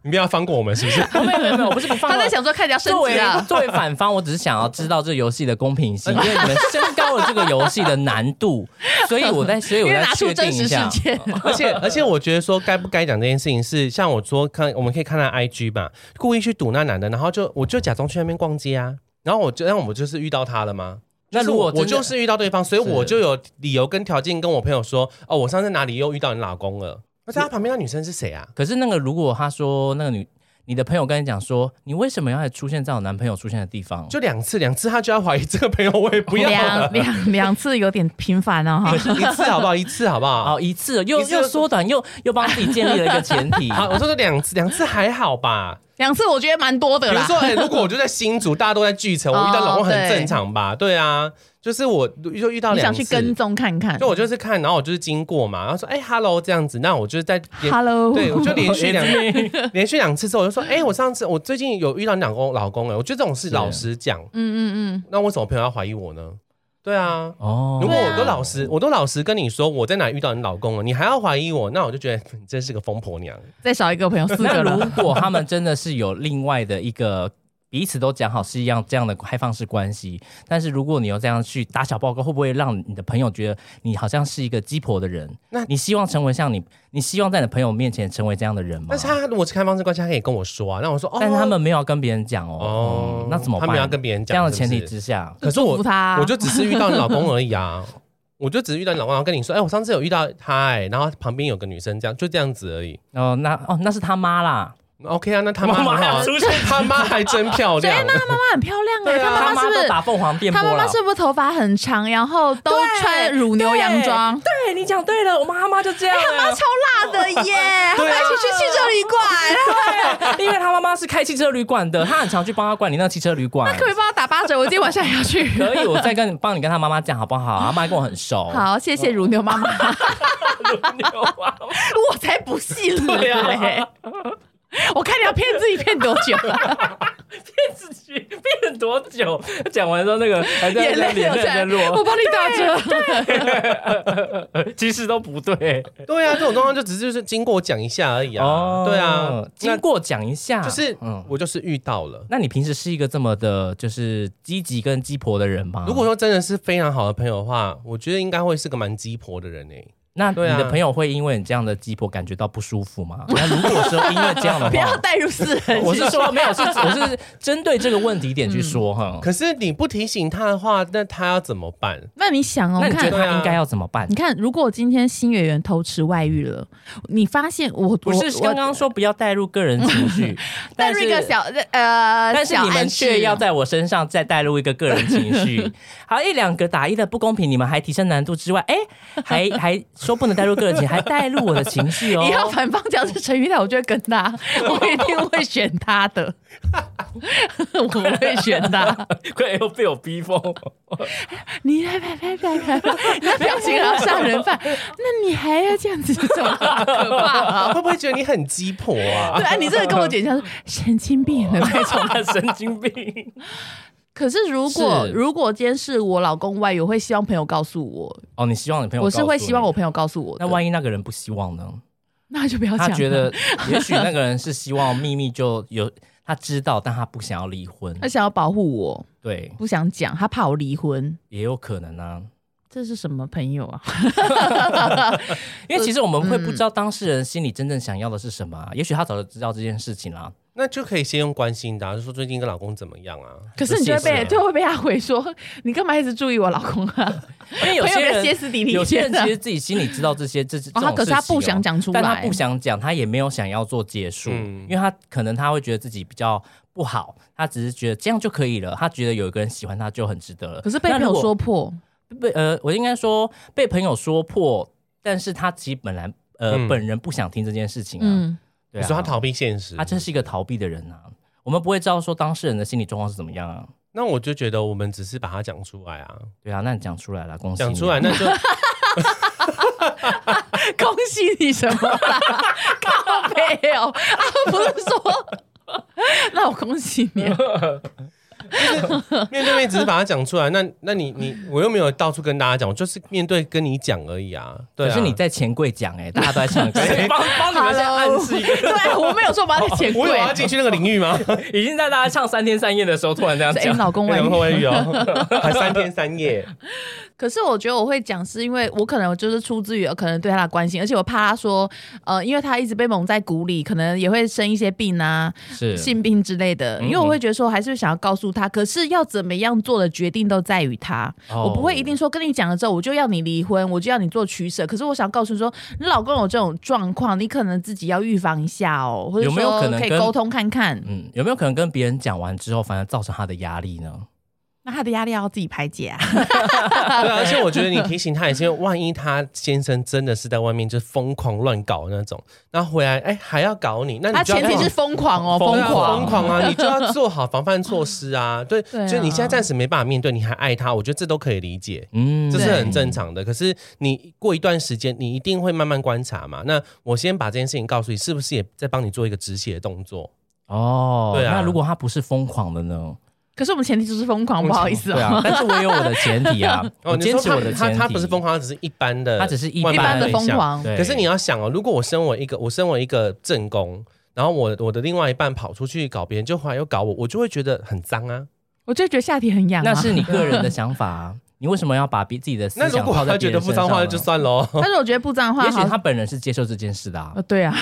S3: 你不要放过我们，是不是？
S2: 哦没有没有没有，我不是不放
S1: 他
S2: 了。
S1: 在想说看起来升
S2: 作为
S1: 级啊，
S2: 作为反方，我只是想要知道这游戏的公 平性，因为你们升高了这个游戏的难度，所以我在所以
S1: 因
S2: 我
S1: 为
S2: 在
S1: 拿出
S2: 确定
S1: 真
S2: 一
S1: 实事
S2: 下。
S1: 件，
S3: 而且而且，我觉得说该不该讲这件事情是，像我说看，我们可以看他 IG 吧，故意去堵那男的，然后就我就假装去那边逛街啊，然后我就让我就是遇到他了吗？
S2: 那如果
S3: 就是我我
S2: 真的
S3: 就是遇到对方，所以
S2: 是
S3: 我就有理由跟条件跟我朋友说，哦，我上次哪里又遇到你老公了？而且他旁边那女生是谁啊？
S2: 可是那个如果他说那个女你的朋友跟你讲说，你为什么要出现在我男朋友出现的地方？
S3: 就两次，两次他就要怀疑这个朋友，我也不要
S1: 两两两次有点频繁了哈。
S3: 一次好不好？一次好不好？
S2: 哦，一次又
S3: 一次就
S2: 又缩短，又又帮自己建立了一个前提。
S3: 好，我说这两次，两次还好吧？
S1: 两次我觉得蛮多的
S3: 比如
S1: 啦。
S3: 说，哎、如果我就在新竹，大家都在聚 城，我遇到老公很正常吧？对啊，就是我就遇到
S1: 哦你
S3: 两
S1: 想
S3: 次，
S1: 去跟踪看看
S3: 就我就是看，然后我就是经过嘛，然后说，哎、h e l l o 这样子，那我就是在连
S1: ？Hello，
S3: 对，我就连 续两
S2: It's me
S3: 连续两次之后，我就说，哎、我上次我最近有遇到你老公老公哎、我觉得这种事老实讲，
S1: 嗯嗯
S3: 那为什么朋友要怀疑我呢？对啊。
S2: 哦
S3: 如果
S1: 对啊
S3: 我都老实，我都老实跟你说我在哪遇到你老公了，你还要怀疑我，那我就觉得你真是个疯婆娘。
S1: 嗯，再少一个朋友，四
S2: 那
S1: 个
S2: 如
S1: 了。
S2: 果他们真的是有另外的一个 彼此都讲好是一样这样的开放式关系，但是如果你又这样去打小报告，会不会让你的朋友觉得你好像是一个鸡婆的人？
S3: 那
S2: 那你希望成为像你，你希望在你朋友面前成为这样的人吗？
S3: 但是他如果是开放式关系，他可以跟我说啊，那我说哦，
S2: 但是他们没有要跟别人讲哦，
S3: 哦
S2: 嗯，那怎么
S3: 他
S2: 办？
S3: 们要跟别人
S2: 这
S3: 讲
S2: 样的前
S3: 是
S2: 提
S3: 不是
S2: 之下，
S3: 可是
S1: 祝
S3: 我
S1: 福他
S3: 我就只是遇到你老公而已啊， 我就只是遇到你老公，然后跟你说，哎、我上次有遇到他、哎，然后旁边有个女生，这样就这样子而已。
S2: 哦，那哦那是他妈啦，
S3: OK 啊，那他妈
S2: 妈妈
S3: 很好啊
S2: 出现
S3: 他妈还真漂
S1: 对，
S3: 亮
S1: 那。他妈妈很漂亮哎、
S3: 对啊
S1: 他妈妈是不
S2: 都
S1: 是？
S2: 打凤凰电波
S1: 他妈
S2: 了
S1: 妈？是不是头发很长，然后都
S2: 对
S1: 穿乳牛洋装？哎
S2: 对你讲对了，我妈妈就这样了。
S1: 超辣的耶！他们一起去汽车旅馆，
S2: 因为他妈妈是开汽车旅馆的，他很常去帮他管理那个汽车旅馆
S1: 那。可不可以帮我打八折？我今天晚上也要去。
S2: 可以，我再跟你帮你跟他妈妈讲好不好？他妈跟我很熟。
S1: 好，谢谢乳牛妈妈，我才不信了、
S2: 对啊
S1: 欸我看你要骗自己骗多久了？
S2: 自己变多久？讲完之后，那个还在
S1: 眼泪
S2: 眼
S1: 流
S2: 泪
S1: 下
S2: 在
S1: 来，我
S2: 落，
S1: 帮你打折。
S2: 其实都不对
S3: 对啊，这种状况就只是就是经过讲一下而已啊。
S2: 哦
S3: 对啊，
S2: 经过讲一下，嗯
S3: 那就是、我就是遇到了。
S2: 那你平时是一个这么的，就是积极跟鸡婆的人吗？
S3: 如果说真的是非常好的朋友的话，我觉得应该会是个蛮鸡婆的人哎、
S2: 那你
S3: 对啊
S2: 的朋友会因为你这样的鸡婆感觉到不舒服吗？那如果说因为这样 的
S1: 不要
S2: 话，
S1: 带入私人。
S2: 我是说没有，是我是针对这个问题点去
S1: 嗯
S2: 说哈。
S3: 可是你不提醒他的话，那他要怎么办？
S1: 那你想哦，
S2: 那你觉
S1: 看
S2: 得他应该要怎么办
S1: 你？看，如果今天新演员偷吃外遇了，你发现我
S2: 不是
S1: 我
S2: 刚刚说不要带入个人情绪，
S1: 带
S2: 但
S1: 入
S2: 是
S1: 一个小呃，
S2: 但是
S1: 小
S2: 你们
S1: 暗
S2: 却
S1: 示
S2: 要在我身上再带入一个个人情 绪，好一两个打一的不公平，你们还提升难度之外，哎、 还还说不能带入个人情，还带入我的情绪哦
S1: 以。后反方讲是陈玉泰，我就会跟他，我一定会选他的，我会选他。
S2: 快又被我逼疯，
S1: 你来来来来来，那表情还要杀人犯，那你还要这样子，怎么好可怕啊？
S3: 会不会觉得你很鸡婆啊
S1: 对？啊，你这个跟我姐像是神经病的那种。
S2: 神经病。
S1: 可是如果
S2: 是
S1: 如果今天是我老公外遇，我会希望朋友告诉我，
S2: 哦，你希望你朋友？
S1: 我是会希望我。朋友告诉我的。
S2: 那万一那个人不希望呢？
S1: 那就不要讲
S2: 他
S1: 了。
S2: 觉得 也许那个人是希望秘密就有他知道，但他不想要离婚。
S1: 他想要保护我，
S2: 对，
S1: 不想讲，他怕我离婚。
S2: 也有可能啊。
S1: 这是什么朋友啊？
S2: 因为其实我们会
S1: 嗯
S2: 不知道当事人心里真正想要的是什么啊、也许他早就知道这件事情啦。
S3: 那就可以先用关心的、啊，就说最近跟老公怎么样啊？
S1: 可是你就会被
S2: 不是
S1: 就会被他回说，你干嘛一直注意我老公啊？
S2: 因为有
S1: 朋
S2: 些
S1: 友比较
S2: 人
S1: 歇斯底里一
S2: 有些人
S1: 点啊
S2: 其实自己心里知道这些这这
S1: 哦，他
S2: 种事情哦、
S1: 可是他不想讲出来，
S2: 但他不想讲，他也没有想要做结束，
S3: 嗯
S2: 因为他可能他会觉得自己比较不好，他只是觉得这样就可以了，他觉得有一个人喜欢他就很值得了。
S1: 可是被
S2: 那
S1: 朋
S2: 如
S1: 友
S2: 果
S1: 说破，
S2: 被呃，我应该说被朋友说破，但是他其实本来呃、
S3: 嗯
S2: 本人不想听这件事情啊，
S1: 嗯，
S2: 对
S3: 你
S2: 啊，
S3: 说他逃避现实，
S2: 他真是一个逃避的人啊。我们不会知道说当事人的心理状况是怎么样啊，
S3: 那我就觉得我们只是把它讲出来啊，
S2: 对啊，那你讲出来了，恭喜你啊
S3: 讲出来，那就
S1: 恭喜你什么啦？
S2: 啊
S1: 靠北哦，啊，不是说， 那我恭喜你啊，
S3: 面对面只是把它讲出来。那那你你我又没有到处跟大家讲，我就是面对跟你讲而已啊。对
S2: 可
S3: 啊，
S2: 是 你在钱柜讲哎、 大家都在唱歌，帮帮你们先暗示一个，
S1: 对我没有说把他
S2: 哦
S1: 钱
S3: 我
S1: 柜
S3: 有，要进去那个领域吗？
S2: 已经在大家唱三天三夜的时候，突然这样
S1: 哎，你
S2: 讲，
S1: 老公外
S3: 没有
S1: 遇。
S3: 后卫语哦，还三天三夜。
S1: 可是我觉得我会讲，是因为我可能就是出自于呃可能对他的关心，而且我怕他说，呃，因为他一直被蒙在鼓里，可能也会生一些病啊，
S2: 是
S1: 性病之类的。因为我会觉得说，还是想要告诉他，可是要怎么样做的决定都在于他。
S2: 哦
S1: 我不会一定说跟你讲了之后，我就要你离婚，我就要你做取舍。可是我想告诉你说，你老公有这种状况，你可能自己要预防一下哦，或者
S2: 有没有
S1: 说
S2: 可能
S1: 可以
S2: 跟
S1: 沟通看看。
S2: 嗯，有没有可能跟别人讲完之后，反而造成他的压力呢？
S1: 那他的压力要自己排 解啊。
S3: 对啊，而且我觉得你提醒他也是，因为万一他先生真的是在外面就疯狂乱搞那种，然后回来哎还要搞你，那
S1: 他
S3: 你就要
S1: 前提是疯狂哦，
S3: 对啊
S1: 狂
S3: 疯。狂啊！你就要做好防范措施啊。对，
S1: 对啊
S3: 就你现在暂时没办法面对，你还爱他，我觉得这都可以理解。
S2: 嗯，
S3: 这是很正常的，可是你过一段时间，你一定会慢慢观察嘛。那我先把这件事情告诉你，是不是也在帮你做一个止血的动作？
S2: 哦。
S3: 对啊
S2: 那如果他不是疯狂的呢？
S1: 可是我们前提就是疯狂，不好意思
S2: 对啊
S1: 哦，，
S2: 但是我有我的前提 啊，我
S3: 哦你
S2: 坚
S3: 说
S2: 持
S3: 他
S2: 我的前
S3: 他
S2: 提。
S3: 他不是疯，狂，他只是一般的，
S2: 他只是一
S1: 一般的
S3: 对
S1: 疯
S3: 象
S1: 狂。
S2: 对。
S3: 可是你要想哦，如果我身为一个我身为一个正宫，然后我我的另外一半跑出去搞别人，就后来又搞我，我就会觉得很脏啊。
S1: 我就觉得下体很痒、啊。
S2: 那是你个人的想法啊，你为什么要把比自己的思
S3: 那如
S2: 想
S3: 果
S2: 套在
S3: 他觉
S2: 别
S3: 得
S2: 人
S3: 不
S2: 身
S3: 脏
S2: 上
S3: 的话，
S2: 呢？
S3: 就算喽。
S1: 但是我觉得不脏的话，
S2: 也许
S1: 好
S2: 他本人是接受这件事的啊
S1: 呃，。对 啊，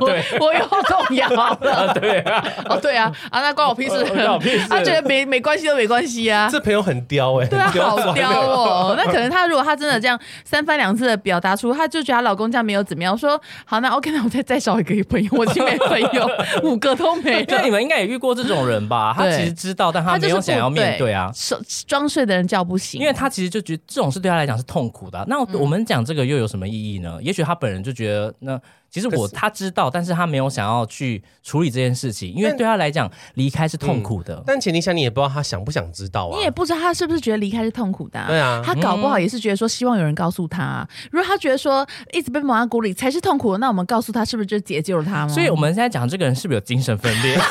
S1: 我我又动摇了，对啊，哦对啊，啊那关我
S2: 哦
S1: 屁事， 他觉得没没关系都没关系啊，
S3: 这朋友很刁哎、欸，
S1: 对啊，
S3: 很刁
S1: 好
S3: 钻
S1: 刁哦。那可能她如果她真的这样三番两次的表达出，她就觉得她老公这样没有怎么样，说好那 OK，那我再再少一个朋友，我已经没朋友，五个都没
S2: 对，你
S1: 了。
S2: 们应该也遇过这种人吧？他
S1: 对
S2: 其实知道， 但他
S1: 她就
S2: 没
S1: 是
S2: 有
S1: 不
S2: 想要面对啊。
S1: 手装睡的人叫不醒，
S2: 因为他其实就觉得这种事对他来讲是痛苦的啊、那
S1: 嗯
S2: 我们讲这个又有什么意义呢？也许他本人就觉得，那其实
S3: 可
S2: 我
S3: 是
S2: 他知道，但是他没有想要去处理这件事情，因为
S3: 但
S2: 对他来讲，离开是
S1: 嗯
S2: 痛苦的。
S3: 但前提下，你也不知道他想不想知道啊。
S1: 你也不知道他是不是觉得离开是痛苦的、
S3: 对啊
S1: 他搞不好也是觉得说希望有人告诉他、啊如果他觉得说一直被蒙在鼓里才是痛苦的，那我们告诉他是不是就解救了他吗？
S2: 所以我们现在讲这个人是不是有精神分裂？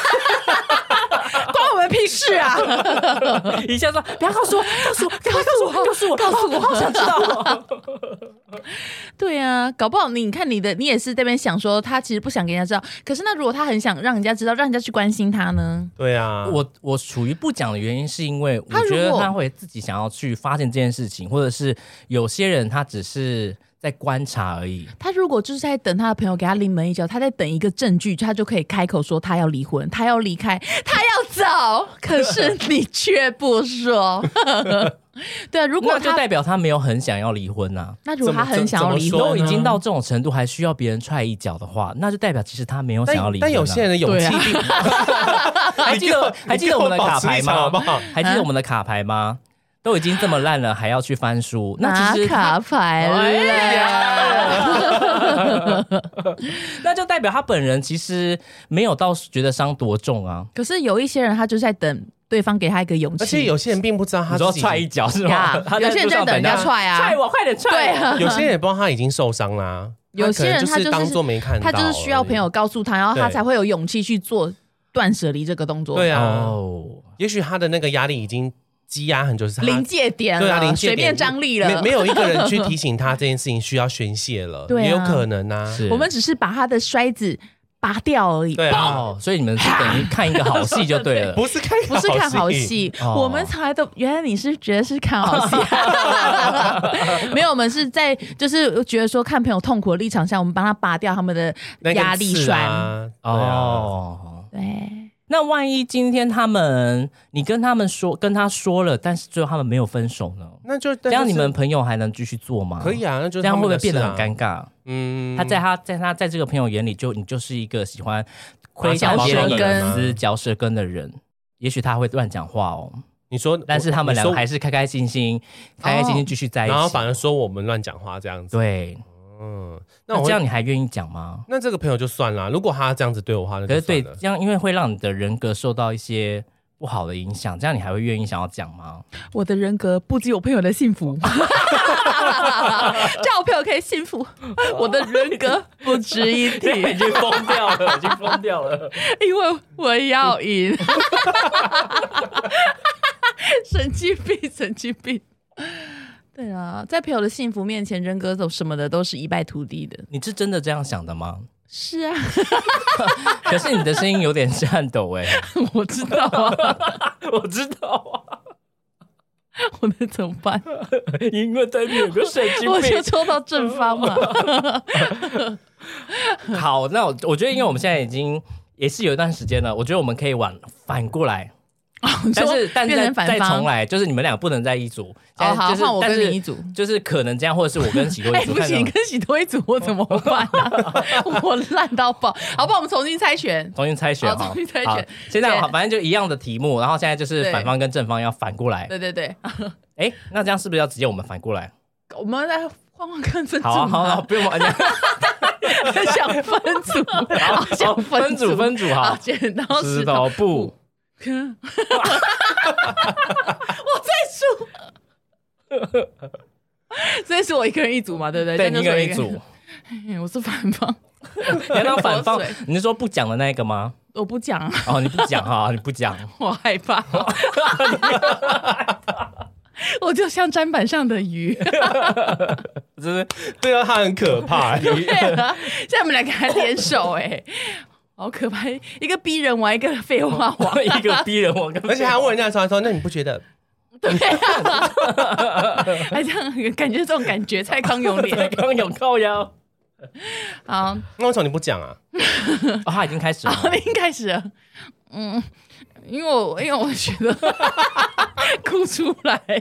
S1: 关我们们屁事啊！
S2: 一下说不要告诉我，告诉我，告诉我，告诉我，告诉我，好想知道。
S1: 对啊，搞不好你你看你的，你也是这边想说他其实不想给人家知道，可是那如果他很想让人家知道，让人家去关心他呢？
S3: 对啊，
S2: 我我处于不讲的原因，是因为我
S1: 他如
S2: 觉得
S1: 果
S2: 他会自己想要去发现这件事情，或者是有些人他只是在观察而已。
S1: 他如果就是在等他的朋友给他临门一脚，他在等一个证据，他就可以开口说他要离婚，他要离开，他要走，可是你却不说。 对啊，如果
S2: 那就
S1: 他
S2: 代表他没有很想要离婚呐、
S1: 那如果他很想要离
S3: 怎
S1: 婚
S3: 么
S1: 呢，
S2: 都已经到这种程度，还需要别人踹一脚的话，那就代表其实他没有想要
S3: 但
S2: 离婚、啊
S3: 但有些人的勇气力，
S2: 还记得还记得我们的卡牌
S3: 你跟我保持立场好
S2: 吗
S3: 不？ 好？
S2: 还记得我们的卡牌吗？都已经这么烂了，还要去翻书，那
S1: 拿
S2: 其实他
S1: 卡牌
S2: 哎
S1: 了。
S2: 那就代表他本人其实没有到觉得伤多重啊。
S1: 可是有一些人，他就在等对方给他一个勇气，
S3: 而且有些人并不知道他
S2: 你说
S3: 自己
S2: 踹一脚是吗
S1: 呀？
S2: 他
S1: 有些人
S2: 路上
S1: 在等人家
S2: 他
S1: 踹啊
S2: 踹我，快点踹我！
S1: 对啊，
S3: 有些人也不知道他已经受伤啦，
S1: 有些人
S3: 他可能
S1: 他就是
S3: 当做没看到，
S1: 他就是需要朋友。告诉他，然后他
S3: 对
S1: 才会有勇气去做断舍离这个动作。
S3: 对啊，
S2: 哦，
S3: 也许他的那个压力已经积压很久，是他
S1: 临界点
S3: 对啊，临
S1: 了，
S3: 界
S1: 水
S3: 点
S1: 面张力了
S3: 没。没有一个人去提醒他这件事情需要宣泄了，
S1: 对啊
S3: 也有可能啊。
S2: 是
S1: 我们只是把他的摔子拔掉而已，
S3: 对啊，
S2: 哦，所以你们是等于看一个好戏就对了。
S3: 不是看
S1: 不是看 好，戏。
S2: 哦
S1: 我们才的原来你是觉得是看好戏，没有，我们是在就是觉得说看朋友痛苦的立场下，我们帮他拔掉他们的
S3: 那个
S1: 压力
S3: 刺
S1: 栓。
S3: 啊，哦，
S2: 哦，
S1: 对，
S2: 那万一今天他们你跟他们说跟他说了，但是最后他们没有分手呢？
S3: 那就
S2: 这
S3: 这
S2: 样你们朋友还能继续做吗？
S3: 可以啊，那就
S2: 哦这
S3: 是
S2: 样
S3: 他
S2: 会不
S3: 们
S2: 会
S3: 的
S2: 变得
S3: 事
S2: 很
S3: 啊
S2: 尴尬？
S3: 嗯
S2: 他在他在他在这个朋友眼里就，你就是一个喜欢窥
S3: 拔
S2: 探
S3: 啊小
S2: 别人
S3: 舌根
S2: 隐私、嚼舌根的人。也许他会乱讲话哦，
S3: 你说，
S2: 但是他们两
S3: 你
S2: 个
S3: 说
S2: 还是开开心心、开开心心继续在一起。
S3: 然后反而说我们乱讲话这样子。
S2: 对，
S3: 嗯，那
S2: 那
S3: 我
S2: 这
S3: 这
S2: 样
S3: 样，
S2: 你还愿意讲吗？
S3: 那这个朋友就算啦。如果他这样子对我的话，那
S2: 可
S3: 就是
S2: 对
S3: 算了
S2: 这样，因为会让你的人格受到一些不好的影响，这样你还会愿意想要讲吗？
S1: 我的人格不及我朋友的幸 福，这样我朋友可以幸福。我的人格不值一提，
S2: 已经疯掉了，已经疯掉了。
S1: 因为我要赢。 神经病，神经病。对啊，在朋友的幸福面前，人格走什么的都是一败涂地的。
S2: 你是真的这样想的吗？
S1: 是啊，
S2: 可是你的声音有点颤抖
S1: 欸
S2: 哎、
S1: 我知道啊，
S2: 我知道啊，
S1: 我能怎么办？
S2: 因为对面有个神 经
S1: 我就抽到正方嘛。
S2: 好，那我我觉得，因为我们现在已经也是有一段时间了，我觉得我们可以往反过来，
S1: 你说
S2: 但是但是
S1: 变成
S2: 再
S1: 反
S2: 再重
S1: 方。
S2: 来，就是你们俩不能在一组。
S1: 哦，
S2: 但
S1: 好，
S2: 就是
S1: 换我
S2: 但是
S1: 跟你一组。
S2: 就是可能这样，或者是我跟喜 多
S1: 哎、
S2: 一组。
S1: 不
S2: 看
S1: 行，
S2: 看
S1: 跟喜多一组，我怎么办 啊？我烂到爆，好不好？我们重新猜拳。
S2: 重新猜选
S1: 好
S2: 哈
S1: 重新哦猜，选
S2: 好现在
S1: 对
S2: 好，反正就一样的题目，然后现在就是
S1: 对
S2: 反方跟正方要反过来。
S1: 对对对，
S2: 哎，那这样是不是要直接我们反 过来？
S1: 我们来换换看分组
S2: 好啊，好啊，好
S1: 嘛
S2: 啊，不用 玩
S1: 想分组，好想
S2: 分组分组
S1: 好，
S2: 哈。
S1: 剪刀石
S2: 石
S1: 头，
S2: 头布，
S1: 所以是我一个人一组嘛，对不对？
S2: 对，
S1: 这
S2: 你
S1: 样
S2: 一
S1: 就
S2: 个
S1: 是我
S2: 人一组，
S1: 一个，我是反方，
S2: 你要当 反方
S1: 口水，
S2: 你是说不讲的那一个吗？
S1: 我不讲 啊，
S2: 哦，你不讲哈，你不讲，
S1: 我害怕， 我就像砧板上的鱼。
S2: 就是
S3: 对啊，他很可怕、 欸。
S1: 对啊，现在我们两个还联手哎，好可怕！一个逼人王，一个废话王，
S2: 我 一个逼人，我跟
S3: 而且还问人家说，他说那你不觉得？
S1: 还这样感觉这种感觉，蔡康永 脸。
S2: 刚有靠腰，
S1: 好，
S3: 那为什么你不讲啊？
S2: 哦他已经 开始了。
S1: 好，您开始了。嗯，因为我因为我觉得 哭出来，
S2: 因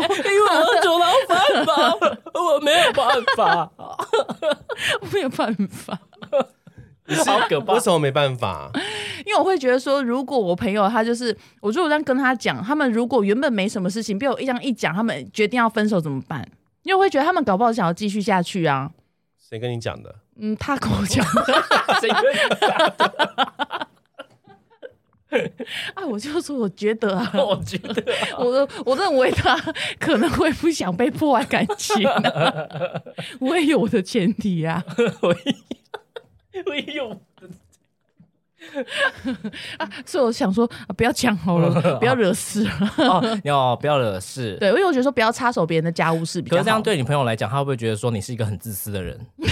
S2: 为我喝酒了，我犯法，我没有办法，
S1: 我没有办法。
S2: 好可怕
S3: 为。什么没办法？啊
S1: 因为我会觉得说，如果我朋友他就是，我如果这样跟他讲，他们如果原本没什么事情，被我一这样一讲，他们决定要分手怎么办？因为我会觉得他们搞不好想要继续下去啊。
S3: 谁跟你讲的？
S1: 嗯，他跟我讲，
S2: 谁跟你
S1: 哎，我就说我觉得啊，
S2: 讲我觉得
S1: 我我认为他可能会不想被破坏感情、啊，我也有我的前提啊。
S2: 我一我也有，
S1: 所以我想说，啊、不要讲好了，不要惹事了。
S2: 哦，要不要惹事？
S1: 对，因为我觉得说不要插手别人的家务事比
S2: 可
S1: 较
S2: 是
S1: 好。
S2: 这样对你朋友来讲，他会不会觉得说你是一个很自私的人？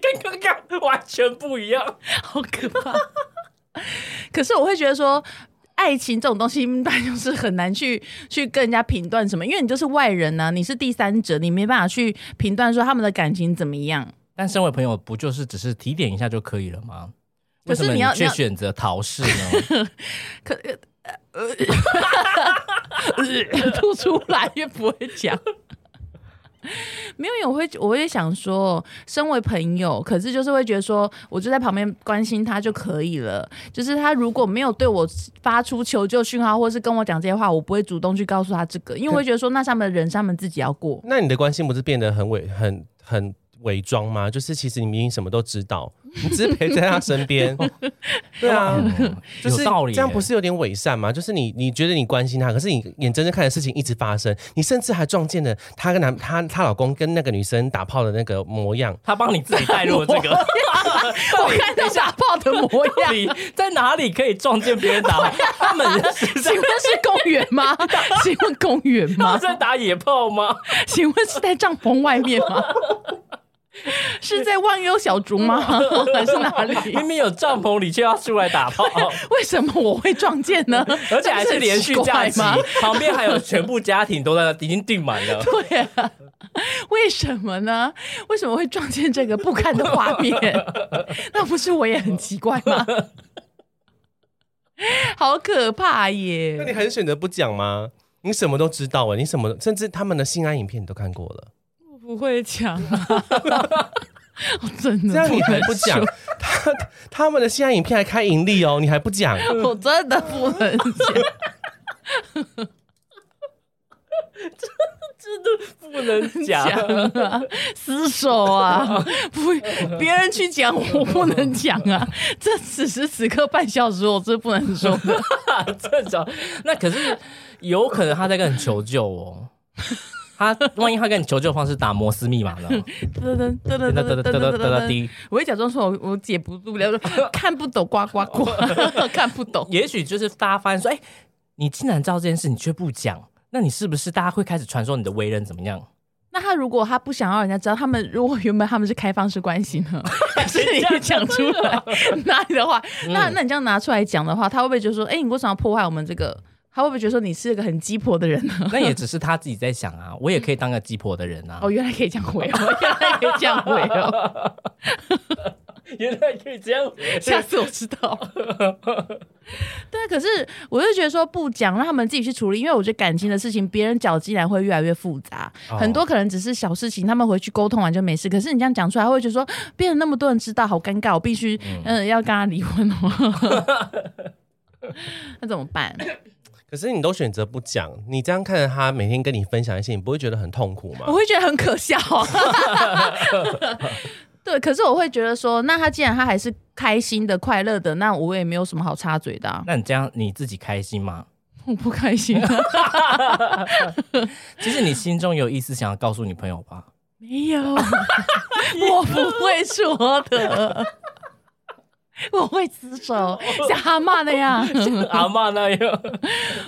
S2: 跟刚刚完全不一样。
S1: 好可怕。 可是我会觉得说，爱情这种东西，那就是很难去去跟人家评断什么，因为你就是外人呐、你是第三者，你没办法去评断说他们的感情怎么样。
S2: 但身为朋友，不就是只是提点一下就可以了吗？
S1: 可
S2: 为
S1: 是
S2: 什么
S1: 你要
S2: 却选择逃 事呢？
S1: 可呃，吐出来也不会讲。没有，我会我会想说，身为朋友，可是就是会觉得说，我就在旁边关心他就可以了。就是他如果没有对我发出求救讯号，或是跟我讲这些话，我不会主动去告诉他这个，因为我会觉得说，那是他们的人是他们自己要过。
S3: 那你的关心不是变得很伪、很很伪装吗？就是其实你明明什么都知道，你只是陪在他身 边。对啊，
S2: 嗯
S3: 就是
S2: 有道理耶，
S3: 这样不是有点伪善吗？就是你你觉得你关心他，可是你眼睁睁看着事情一直发生，你甚至还撞见了她跟男她她老公跟那个女生打炮的那个模样。
S2: 他帮你自己带入了这个。
S1: 我看到打炮的模样，
S2: 你在哪里可以撞见别人打？他们是
S1: 请
S2: 在
S1: 问是公园吗？请问公园
S2: 他
S1: 吗
S2: 们？在打野炮吗？
S1: 请问是在帐篷外面 吗？是在忘忧小竹 吗？
S2: 嗯
S1: 还是哪里？
S2: 明明有帐篷，你却要出来打炮，
S1: 为什么我会撞见呢？
S2: 而且还是连续
S1: 这
S2: 假
S1: 不是
S2: 期
S1: 很奇怪吗？，
S2: 旁边还有全部家庭都在已经订满了。
S1: 对啊，为什么呢？为什么会撞见这个不堪的画 面？那不是我也很奇怪吗？好可怕
S3: 那
S1: 耶！
S3: 你还是选择不讲吗？你什么都知道啊，你什么甚至他们的性爱影片你都看过 了，
S4: 我不会讲、啊， 我真的
S3: 这样你还不讲
S4: 能，
S3: 他他们的性爱影片还开盈利哦，你还不讲？
S1: 我真的不能讲。
S2: 不能讲，
S1: 啊，厮守啊，不，别人去讲我不能讲啊。这此时此刻半小时我是不能说的，
S2: 这种那可是有可能他在跟你求救哦。他万一他跟你求救的方式打摩斯密码呢？
S1: 噔噔噔噔
S2: 哒哒
S1: 噔噔
S2: 哒哒哒
S1: 噔
S2: 哒
S1: 噔
S2: 哒
S1: 噔，
S2: 滴。
S1: 我会假装说我我解不住了，看不懂呱呱呱，看不懂。
S2: 也许就是大家发现说，哎、你竟然知道这件事，你却不讲，那你是不是大家会开始传说你的为人怎 么样？
S1: 那他如果他不想让人家知道，他们如果原本他们是开放式关系呢？但是你也讲出来哪里的话，那那你这样拿出来讲的话，他会不会就说，哎，你为什么要破坏我们这个？他会不会觉得说你是个很鸡婆的人呢？
S2: 那也只是他自己在想啊，我也可以当个鸡婆的人啊
S1: 哦，，原来可以这样回哦，原来可以这样回哦，
S2: 原来可以这样。
S1: 下次我知道。对啊，可是我就觉得说不讲，让他们自己去处理，因为我觉得感情的事情，别人搅进来会越来越复杂，
S3: 哦
S1: 很多可能只是小事情，他们回去沟通完就没事。可是你这样讲出来，他会觉得说，变得那么多人知道，好尴尬，我必须嗯、呃要跟他离婚哦。那怎么办？
S3: 可是你都选择不讲，你这样看着他每天跟你分享一些，你不会觉得很痛苦吗
S1: 我？
S2: 哦
S1: 会觉得很可笑、啊。 对，可是我会觉得说，那他既然他还是开心的、快乐的，那我也没有什么好插嘴的、啊。
S2: 那你这样你自己开心吗？
S1: 我不开心、啊
S2: 其实你心中有意思想要告诉女朋友 吧？
S1: 没有，我不会说的。 我会自首，像阿妈那 样，
S2: 阿妈那样，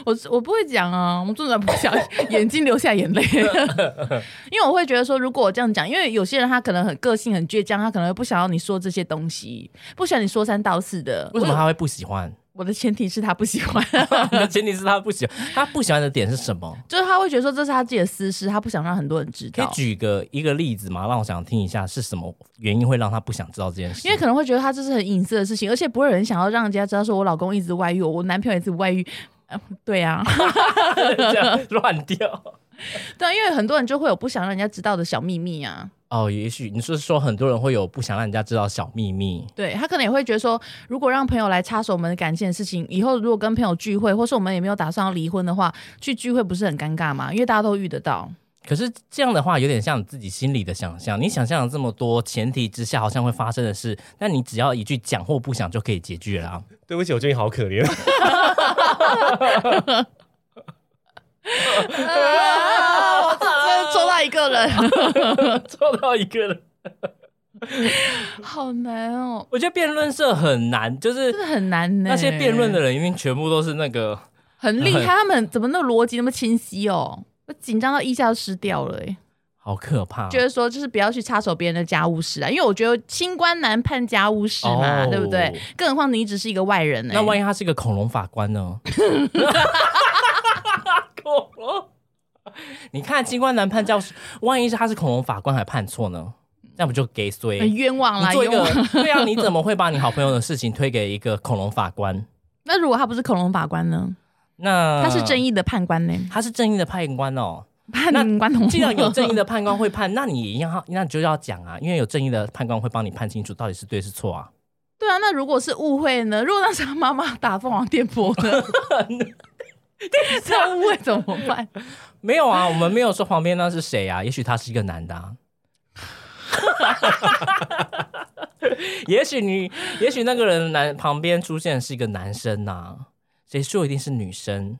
S1: 我我不会讲啊，我真的不想，眼睛流下眼 泪，因为我会觉得说，如果我这样讲，因为有些人他可能很个性很倔强，他可能不想要你说这些东西，不想你说三道四的。
S2: 为什么他会不 喜欢？
S1: 我的前提是他不喜欢，
S2: 那前提是他不喜欢，他不喜欢的点是什么？
S1: 就是他会觉得说这是他自己的私事，他不想让很多人知
S2: 可以
S1: 道，
S2: 举个一个例子吗？让我想听一下是什么原因会让他不想知道这件事？
S1: 因为可能会觉得他这是很隐私的事情，而且不会有人想要让人家知道说我老公一直外遇，我男朋友一直外遇。呃对啊，
S2: 这样乱掉。
S1: 对啊，因为很多人就会有不想让人家知道的小秘密啊。
S2: 哦，也许你是说很多人会有不想让人家知道小秘密，
S1: 对他可能也会觉得说，如果让朋友来插手我们的感情的事情，以后如果跟朋友聚会，或是我们也没有打算要离婚的话，去聚会不是很尴尬吗？因为大家都遇得到。
S2: 可是这样的话，有点像你自己心里的想象。你想象了这么多前提之下，好像会发生的事，但你只要一句讲或不想就可以解决了、 啊。
S3: 对不起，我觉得你好 可怜。
S1: 啊，我真的抓到一个人。
S2: 做到一个人，
S1: 好难哦，
S2: 我觉得辩论社很难，就是
S5: 真的很难呢。
S2: 那些辩论的人，一定全部都是那个
S1: 很厉害，
S2: 很
S1: 他们怎么那么逻辑那么清晰哦？我紧张到一下就失掉了、欸，
S2: 好可怕。
S1: 觉得说就是不要去插手别人的家务事啊，因为我觉得清官难判家务事嘛，
S2: 哦
S1: 对不对？更何况你只是一个外人欸呢、
S2: 那万一他是个恐龙法官呢？ 恐龙，你看清官难判教授，万一是他是恐龙法官还判错呢？那不就给衰？
S1: 很冤枉
S2: 你
S1: 啦，
S2: 做一
S1: 冤
S2: 个
S1: 枉。
S2: 对啊，你怎么会把你好朋友的事情推给一个恐龙法官？
S1: 那如果他不是恐龙法官
S2: 嗯
S1: 呢？
S2: 那
S1: 他是正，义的判 官呢、
S2: 他是正义的判官哦。
S1: 判官同
S2: 既然有正义的判官会判，那你一样，那你就要讲啊，因为有正义的判官会帮你判清楚到底是对是错啊。
S1: 对啊，那如果是误会呢？如果那时候妈妈打凤凰电波呢？这误会怎么 办？
S2: 没有啊，我们没有说旁边那是谁啊，也许他是一个男的、啊。 也许你，也许那个人男旁边出现的是一个男生呐、啊谁说一定是女生？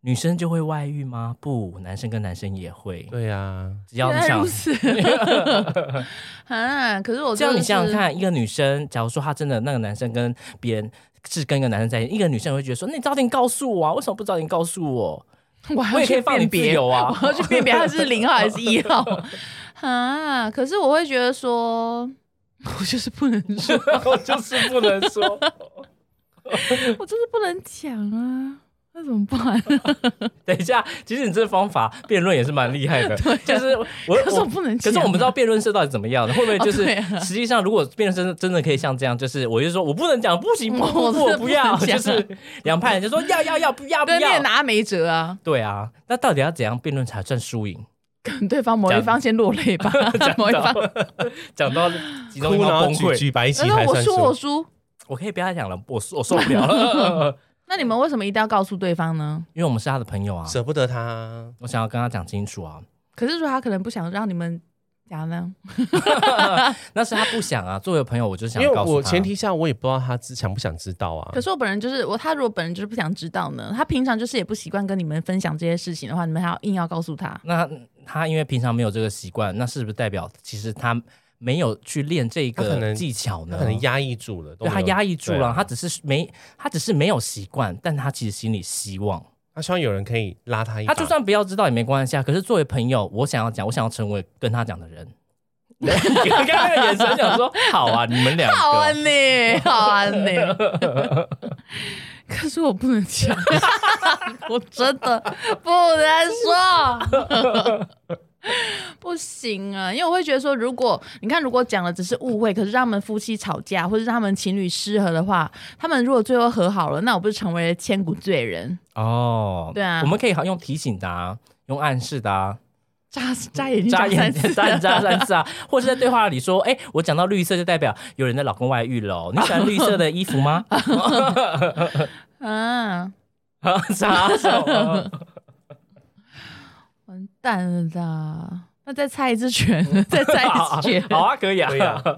S2: 女生就会外遇吗？不，男生跟男生也会，
S3: 对呀，
S2: 只要你
S1: 原来
S2: 想
S1: 哎如，此 啊！可是我
S2: 只要
S1: 真
S2: 你
S1: 的是
S2: 想想，看，一个女生，假如说她真的那个男生跟别人是跟一个男生在一起，一个女生会觉得说，那你早点告诉我啊，为什么不早点告诉我？
S1: 我还要
S2: 我也可以
S1: 去
S2: 放你
S1: 辨
S2: 自
S1: 别，
S2: 由 啊
S1: 我还要去辨别他是零号还是一 号 啊！可是我会觉得说， 我就是不能说，
S2: 我 就是不能 说。
S1: 我就是不能讲啊，那怎么 办？
S2: 等一下，其实你这方法辩论也是蛮厉 害的，就是我
S1: 啊可是我
S2: 我。
S1: 不能讲啊，
S2: 可是我们不知道辩论社到底怎么样的，会不会就是
S1: 哦对啊
S2: 实际上，如果辩论社真的可以像这样，就是我就说我不能讲，不行，
S1: 嗯
S2: 不
S1: 我
S2: 不
S1: 我
S2: 不，
S1: 真的
S2: 我不要，
S1: 不能
S2: 就
S1: 讲
S2: 是两派人就说要要要，不要不
S1: 对你也
S2: 要，
S1: 拿没辙啊，
S2: 对啊，那到底要怎样辩论才算输赢？
S1: 可能对方某一
S2: 讲
S1: 方先落泪吧，某一方
S2: 讲到其中一
S3: 哭然
S2: 方
S3: 后
S2: 崩
S3: 举
S2: 溃，
S3: 举 白旗
S1: 他说
S3: 还
S1: 我
S3: 算
S1: 输我
S3: 数，
S1: 输，
S2: 我可以不要讲了，我受我受不了了，
S1: 那你们为什么一定要告诉对方呢？
S2: 因为我们是他的朋友啊，
S3: 舍不得他，
S2: 我想要跟他讲清楚啊，
S1: 可是说他可能不想让你们讲啊
S2: 嗯
S1: 呢，
S2: 那是他不想啊，作为朋友我就
S3: 因
S2: 想
S3: 为
S2: 告诉
S3: 我
S2: 他，
S3: 前提下我也不知道他知想不想知道啊
S1: 可。是我本人就是我，他如果本人就是不想知道呢，他平常就是也不习惯跟你们分享这些事情的话，你们还要硬要告诉他，
S2: 那他因为平常没有这个习惯，那是不是代表其实他没有去练这
S3: 他可
S2: 个
S3: 能
S2: 技巧呢？
S3: 他可能压抑住了，都
S2: 对他
S3: 没有
S2: 压抑住
S3: 对
S2: 了，
S3: 啊
S2: 他只是没他只是没有习惯，但他其实心里希望，
S3: 他希望有人可以拉他一把。
S2: 他就算不要知道也没关系啊。可是作为朋友，我想要讲，我想要成为跟他讲的人。你刚刚那个眼神想说，好啊，你们两
S1: 好啊
S2: 个，
S1: 你，好啊你。可是我不能讲，我真的不能说，不行啊！因为我会觉得说，如果你看，如果讲了只是误会，可是让他们夫妻吵架，或者让他们情侣失和的话，他们如果最后和好了，那我不是成为了千古罪人？
S2: 哦，
S1: 对啊
S2: 我们可以好用提醒的、啊，用暗示的、啊，
S1: 眨眨眼睛，
S2: 眨眼
S1: 眼
S2: 睛，眨眼眨三次啊，或者在对话里说，哎、我讲到绿色就代表有人的老公外遇了哦、你喜欢绿色的衣服吗？
S1: 啊！
S2: 啥手啊？，
S1: 完蛋了啦！那再猜一次拳，再猜一次拳
S2: 好啊，可以
S3: 可以
S2: 啊
S3: 啊，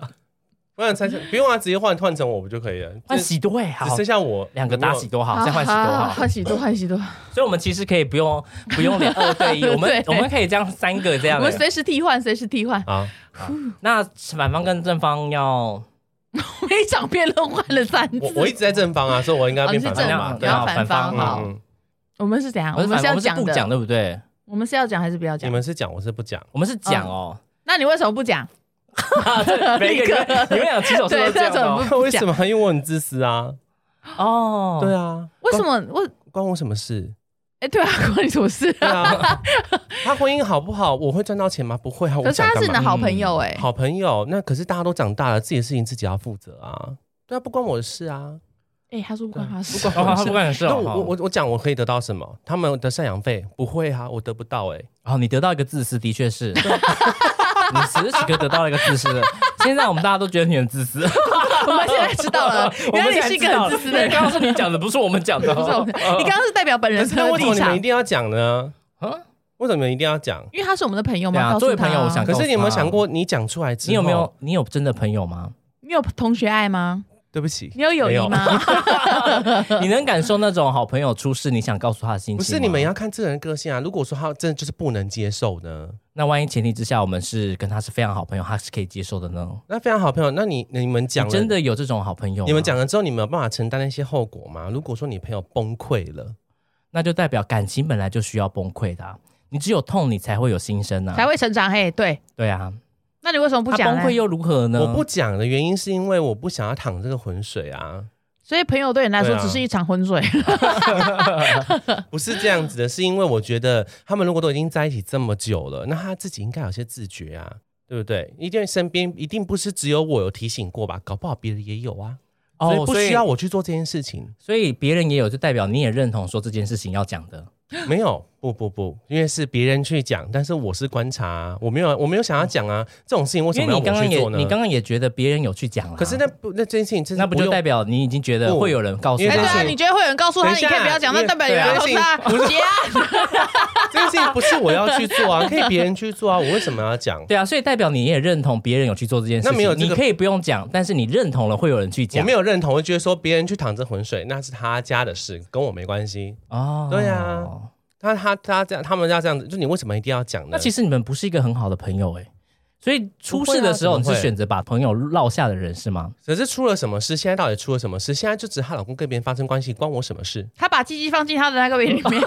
S3: 不然猜不用啊，直接换换成我不就可以了？
S2: 换
S3: 只
S2: 喜多哎，好
S3: 只，剩下我
S2: 两个打喜，多好，再换喜多
S1: 好
S2: 好，
S1: 换喜多，换喜多。
S2: 所以我们其实可以不用不用 两二对一，我们
S1: 对
S2: 我们可以这样三个这
S1: 我
S2: 样
S1: 们
S2: 欸。
S1: 随时替换，随时替换。
S3: 啊，
S2: 那反方跟正方要
S1: 每一场辩论换了三
S3: 我
S1: 次。
S3: 我一直在正方啊，所以我应该
S1: 哦
S3: 变
S1: 你
S3: 反
S1: 是
S3: 方
S1: 正
S3: 嘛
S1: 方，
S3: 对
S1: 然后
S3: 啊，
S1: 反方
S3: 嗯
S1: 好，
S3: 嗯
S1: 啊我们是怎样？
S2: 我是
S1: 们是
S2: 反
S1: 要
S2: 方，我们是
S1: 讲
S2: 不
S1: 的
S2: 讲，对不对？
S1: 我们是要讲还是不要
S3: 你
S1: 讲？
S3: 们是讲，我是 不讲。
S2: 我们是讲哦，
S1: 那你为什么不讲？
S2: 每一个
S1: 立
S2: 你们你们俩起手是
S1: 嗯对
S2: 都这
S1: 那
S2: 样的哦
S1: 种不
S3: 为什么？因为我很自私啊。
S2: 哦，
S3: 对啊，
S1: 为什么我？
S3: 关关我什么事？
S1: 哎，对啊，关你什么事
S3: 对
S1: 啊？
S3: 啊， 他婚姻好不好，我会赚到钱吗？不会啊。我
S1: 可是
S3: 想
S1: 他是你
S3: 干嘛
S1: 的好朋友哎，
S3: 好朋友，那可是大家都长大了，自己的事情自己要负责啊。对啊，不关我的事啊。
S1: 哎，他说不关他事，
S2: 哦，他不管是
S3: 那
S2: 哦，
S3: 我我我我讲我可以得到什么？他们的赡养费不会啊，我得不到哎、
S2: 哦，你得到一个自私，的确是。 你此时此刻得到了一个自私的，现在我们大家都觉得你很自私。
S1: 我们现在知道了
S2: ，我
S1: 原
S2: 们
S1: 来你
S2: 现在
S1: 是一个
S2: 知道
S1: 很
S2: 了啊
S1: 自私 的人。
S2: 刚刚是你讲的，不是我们讲的。哦
S1: 不是我们，你刚刚是代表本人
S3: 可
S1: 是
S3: 是
S1: 他
S3: 那
S1: 的
S3: 为什
S1: 立
S3: 么你们
S1: 场
S3: 一，定要讲呢？
S2: 啊
S3: 为什么你们一定要讲？
S1: 因为他是我们的朋友
S2: 对啊
S1: 嘛。告诉
S2: 作为
S1: 他
S2: 朋友我想
S1: 啊，
S3: 可是你有没有想过，你讲出来之后，
S2: 你有没有？你有真的朋友吗？
S1: 你有同学爱吗？
S3: 对不起，
S1: 你有友
S3: 没
S1: 谊
S3: 有
S1: 吗？
S2: 你能感受那种好朋友出事，你想告诉他的心情
S3: 不
S2: 吗
S3: 是你们，要看这个人个性啊。如果说他真的就是不能接受呢，
S2: 那万一前提之下，我们是跟他是非常好朋友，他是可以接受的呢？
S3: 那非常好朋友，那你你们讲
S2: 你
S3: 了
S2: 真，的有这种好朋友？啊
S3: 你们，讲了之后，你们有办法承担那些后果吗？如果说你朋友崩溃了，
S2: 那就代表感情本来就需要崩溃的啊、你只有痛，你才会有新生啊！
S1: 才会成长。嘿，对，
S2: 对啊，
S1: 那你为什么不
S2: 他
S1: 讲啊
S2: 崩
S1: 呢
S2: 溃？又如何呢？
S3: 我不讲的原因是因为我不想要淌这个浑水啊，
S1: 所以朋友对你来说
S3: 对啊
S1: 只是一场浑水，
S2: 啊
S3: 不是这样 子的，是因为我觉得他们如果都已经在一起这么久了，那他自己应该有些自觉啊，对不对？一定身边一定不是只有我有提醒过吧，搞不好别人也有啊，所以
S2: 哦，
S3: 不
S2: 所以
S3: 需要我去做这件 事情。
S2: 所以别人也有，就代表你也认同说这件事情要讲的。
S3: 没有，不不不，因为是别人去讲，但是我是观察啊、我没有我没有想要讲啊，这种事情为什
S2: 因
S3: 么
S2: 为
S3: 要
S2: 你刚
S3: 我
S2: 刚
S3: 去
S2: 也
S3: 做呢？
S2: 你刚刚也觉得别人有去讲了，啊
S3: 可是那不那这件事情真是
S2: 那不就
S3: 用
S2: 代表你已经觉得
S3: 不
S2: 会有人告诉
S3: 因为
S1: 哎，对
S3: 这
S2: 他
S1: 啊，
S3: 件事？
S1: 你觉得会有人告诉他，
S3: 等一
S1: 你
S3: 下啊
S1: 可以不要讲，
S3: 因
S1: 那
S3: 为啊
S1: 代表有人告诉他，啊结案。？
S3: 这件事情不是我要去做啊，可 以别人去做啊，我为什么要讲？
S2: 对啊，所以代表你也认同别人有去做这件事情。
S3: 那没有这个
S2: 你可以不用讲，但是你认同了会有人去讲。
S3: 我没有认同，我觉得说别人去淌这浑水，那是他家的事，跟我没关系。
S2: 哦，
S3: 对啊。那他他这样，他们要这样子，就你为什么一定要讲呢？
S2: 那其
S3: 实
S2: 实你们不是一个很好的朋友哎、所以出事的时候
S3: 不会啊
S2: 你
S3: 怎么会
S2: 是选择把朋友落下的人是吗？
S3: 可是出了什么事？现在到底出了什么事？现在就只是她老公跟别人发生关系，关我什么 事
S1: 他把鸡鸡放进他的那个杯里面，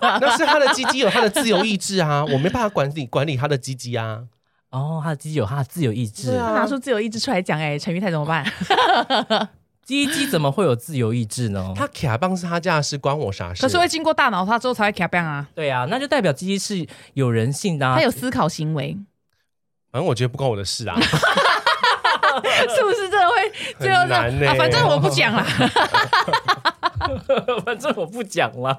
S3: 那是她的鸡鸡有她的自由意志啊， 我没办法管理管理她的鸡鸡啊。
S2: 哦，他的鸡有他的自由意志，
S3: 对啊
S1: 拿出自由意志出来讲，哎，陈玉泰怎么办？
S2: 鸡鸡怎么会有自由意志呢？
S3: 她卡棒是她家的事，关我啥事？
S1: 可是会经过大脑，他之后才会卡变啊，
S2: 对啊，那就代表鸡鸡是有人性的、啊。
S1: 他有思考行为，
S3: 反正我觉得不关我的事 啊。
S1: 是不是真的会最后
S3: 很
S1: 这样
S3: 难欸呢
S1: 啊？反正我不讲了。
S2: 反正我不讲了。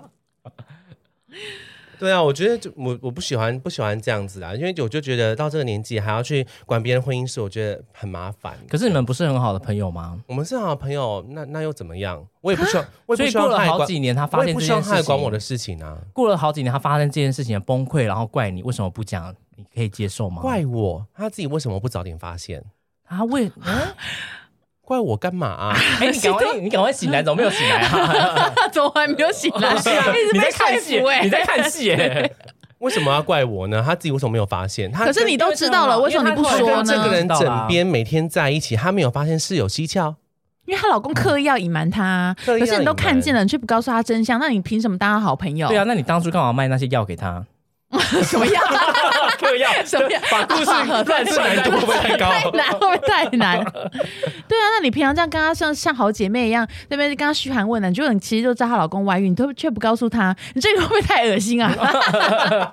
S3: 对啊，我觉得就我我不喜欢不喜欢这样子啊，因为我就觉得到这个年纪还要去管别人婚姻事，我觉得很麻烦。
S2: 可是你们不是很好的朋友吗？
S3: 我们是好朋友，那那又怎么样？我也不 需要，我
S2: 所
S3: 也不
S2: 以
S3: 需要
S2: 过了
S3: 他也
S2: 好
S3: 管，
S2: 几年，他发
S3: 我也
S2: 现
S3: 不
S2: 这
S3: 需要
S2: 件
S3: 他
S2: 事
S3: 也管我的
S2: 情，
S3: 事情啊，
S2: 过了好几年，他发生这件事情的崩溃，然后怪你为什么不讲，你可以接受吗？
S3: 怪我他自己为什么不早点发现？
S2: 他 为嗯
S3: 怪我干 嘛啊？
S2: 哎、你赶快，你赶快醒来，怎么没有醒来 啊？
S1: 怎么还没有醒来？
S3: 啊
S1: 一直
S2: 你
S1: 被
S2: 在
S1: 说
S2: 看戏
S1: 服哎、，
S2: 你在看戏耶。
S3: 为什么要怪我呢？他自己为什么没有发现？他
S1: 可是你都知道了，为什么你不
S3: 他
S1: 说
S3: 跟这个
S1: 呢？
S3: 人枕边每天在一起，他没有发现事有蹊跷。
S1: 因为她老公刻意要隐瞒她，啊
S3: 刻意
S1: 可
S3: 要
S1: 是你都看见了，你却不告诉她真相，那你凭什么当她好朋友？
S2: 对啊，，那你当初干嘛卖那些药给 他？
S1: 什么样？
S2: 嗑药，
S3: 啊
S1: 什么样？
S2: 把故事乱
S3: 这难度会不会太高？
S1: 哦 难会不会太难？ 对啊，那你平常这样跟她像像好姐妹一样，那边跟她嘘寒问暖，结果你其实就知道她老公外遇，你都却不告诉她，你这个会不会太恶心啊？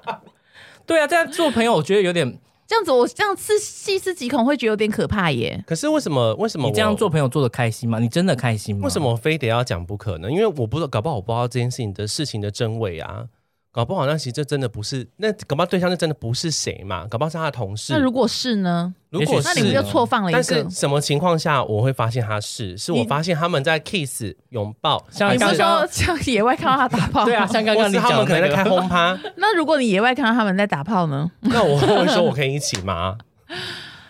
S2: 对啊，这样做朋友，我觉得有点，
S1: 这样子我这样细细思极恐，会觉得有点可怕耶。
S3: 可是为什么？为什么
S2: 你
S3: 我
S2: 这样做朋友做的开心吗？你真的开心吗？
S3: 为什？么非得要讲不可呢？因为我不知道，搞不好我不知道这件事情的事情的真伪啊。搞不好那其实这真的不是，那搞不好对象就真的不是谁嘛，搞不好是他的同事。
S1: 那如果是呢？
S3: 如果
S2: 也许
S1: 那
S3: 是，
S1: 你们就错放哦了一
S3: 但
S1: 个
S3: 是。什么情况下我会发现他是？是我
S2: 你
S3: 发现他们在 kiss 拥抱，
S2: 像
S1: 你不
S2: 刚
S1: 是
S2: 刚
S1: 说像野外看到他打炮？
S2: 对啊，。像刚刚
S3: 或
S2: 你
S3: 是他
S2: 讲
S3: 们可
S2: 的
S3: 能在
S2: 那
S3: 开
S2: 个，
S3: 轰趴，
S1: 那如果你野外看到他们在打炮呢？
S3: 那我会说我可以一起吗？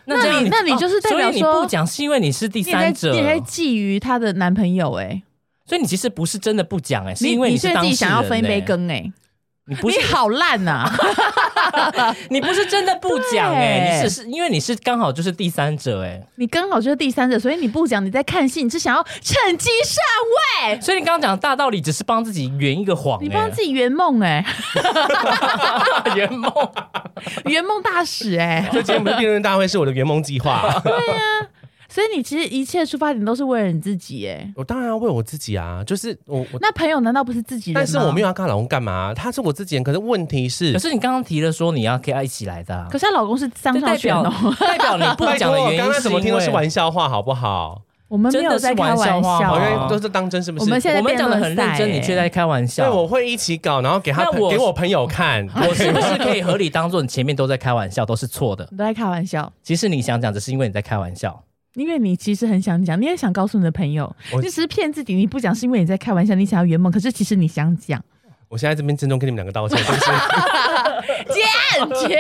S2: 那这样
S1: 那你那你就是代
S2: 所
S1: 表
S2: 以你
S1: 说
S2: 不讲是因为你是第
S1: 你也在
S2: 三者
S1: 你，也在觊觎她的男朋友哎、
S2: 所以你其实不是真的不讲哎，是
S1: 你
S2: 因为
S1: 你
S2: 是
S1: 却
S2: 当
S1: 自
S2: 事
S1: 己
S2: 人
S1: 想要分一杯
S2: 哎，
S1: 羹哎、
S2: 你不
S1: 你
S2: 是
S1: 好烂啊呐、
S2: 你不是真的不讲
S1: 对
S2: 哎，你只是因为你是刚好就是第三者哎，
S1: 你刚好就是第三者，所以你不讲你在看戏，你是想要趁机上 位，
S2: 所以你刚刚讲的大道理只是帮自己圆一个谎哎，欸
S1: 你帮自己圆梦哎、
S2: 圆梦，
S3: 啊
S1: 圆梦大使哎、
S3: 这今天不是辩论大会，是我的圆梦计划、
S1: 所以你其实一切的出发点都是为了你自己哎、
S3: 我当然要为我自己啊，就是我我，
S1: 那朋友难道不是自己人吗？
S3: 但是我没有要跟她老公干嘛、他是我自己人。可是问题是，
S2: 可是你刚刚提了说你要跟他一起来的啊，
S1: 可是她老公是张
S2: 就
S1: 孝
S2: 代
S1: 全
S2: 表
S1: 哦、
S2: 代表你不讲的
S3: 拜托
S2: 原因是因
S3: 刚
S2: 为
S3: 刚怎么听都是玩笑话，好不好？
S1: 我们没有在开
S2: 真的是玩笑
S1: 玩
S2: 话
S1: 笑
S3: 好
S2: 吗
S1: 哦、
S3: 像都是当真，是不是？
S1: 我们现在
S2: 我们讲的
S1: 辩论
S2: 很认
S1: 赛
S2: 真，
S1: 欸
S2: 你却在开玩
S3: 对，
S2: 笑。
S3: 我会一起搞，然后给他
S2: 那我
S3: 给我朋友看。
S2: 我是不是可以合理当做你前面都在开玩笑，都是错的？
S1: 你都在开玩笑。
S2: 其实你想讲，只是因为你在开玩 笑。
S1: 因为你其实很想讲，你也想告诉你的朋友，
S3: 我
S1: 你只是骗自己，你不讲是因为你在开玩笑，你想要圆梦，可是其实你想 讲。
S3: 我现在这边郑重跟你们两个道歉，真是
S1: 姐，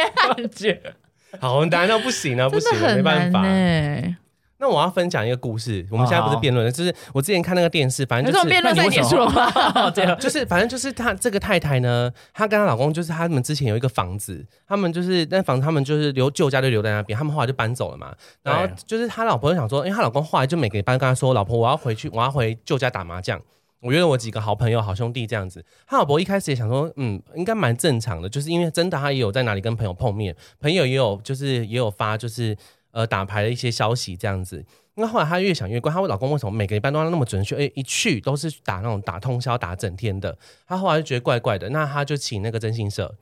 S2: 姐，
S1: 哎
S3: 好难到不行啊，不
S1: 真
S3: 行
S1: 的，
S3: 没
S1: 很
S3: 办
S1: 难
S3: 法
S1: 呢、。
S3: 那我要分享一个故事，我们现在不是辩论
S1: 哦
S3: 了，就是我之前看那个电视，反
S1: 那
S3: 正
S1: 这种
S3: 就是
S1: 辩论赛结束了吗？
S2: 哦，这样
S3: 就是反正就是她这个太太呢，她跟她老公就是他们之前有一个房子，他们就是那房子他们就是留旧家就留在那边，他们后来就搬走了嘛。然后
S2: 对
S3: 就是她老婆就想说，因为她老公后来就每个礼拜跟她说，老婆我要回去，我要回旧家打麻将。我约了我几个好朋友、好兄弟这样子。她老婆一开始也想说，嗯，应该蛮正常的，就是因为真的她也有在哪里跟朋友碰面，朋友也有就是也有发就是呃打牌的一些消息这样子。那后来她越想越怪，她老公为什么每个礼拜都要那么准确？哎、一去都是打那种打通宵、打整天的。她后来就觉得怪怪的，那她就请那个征信社，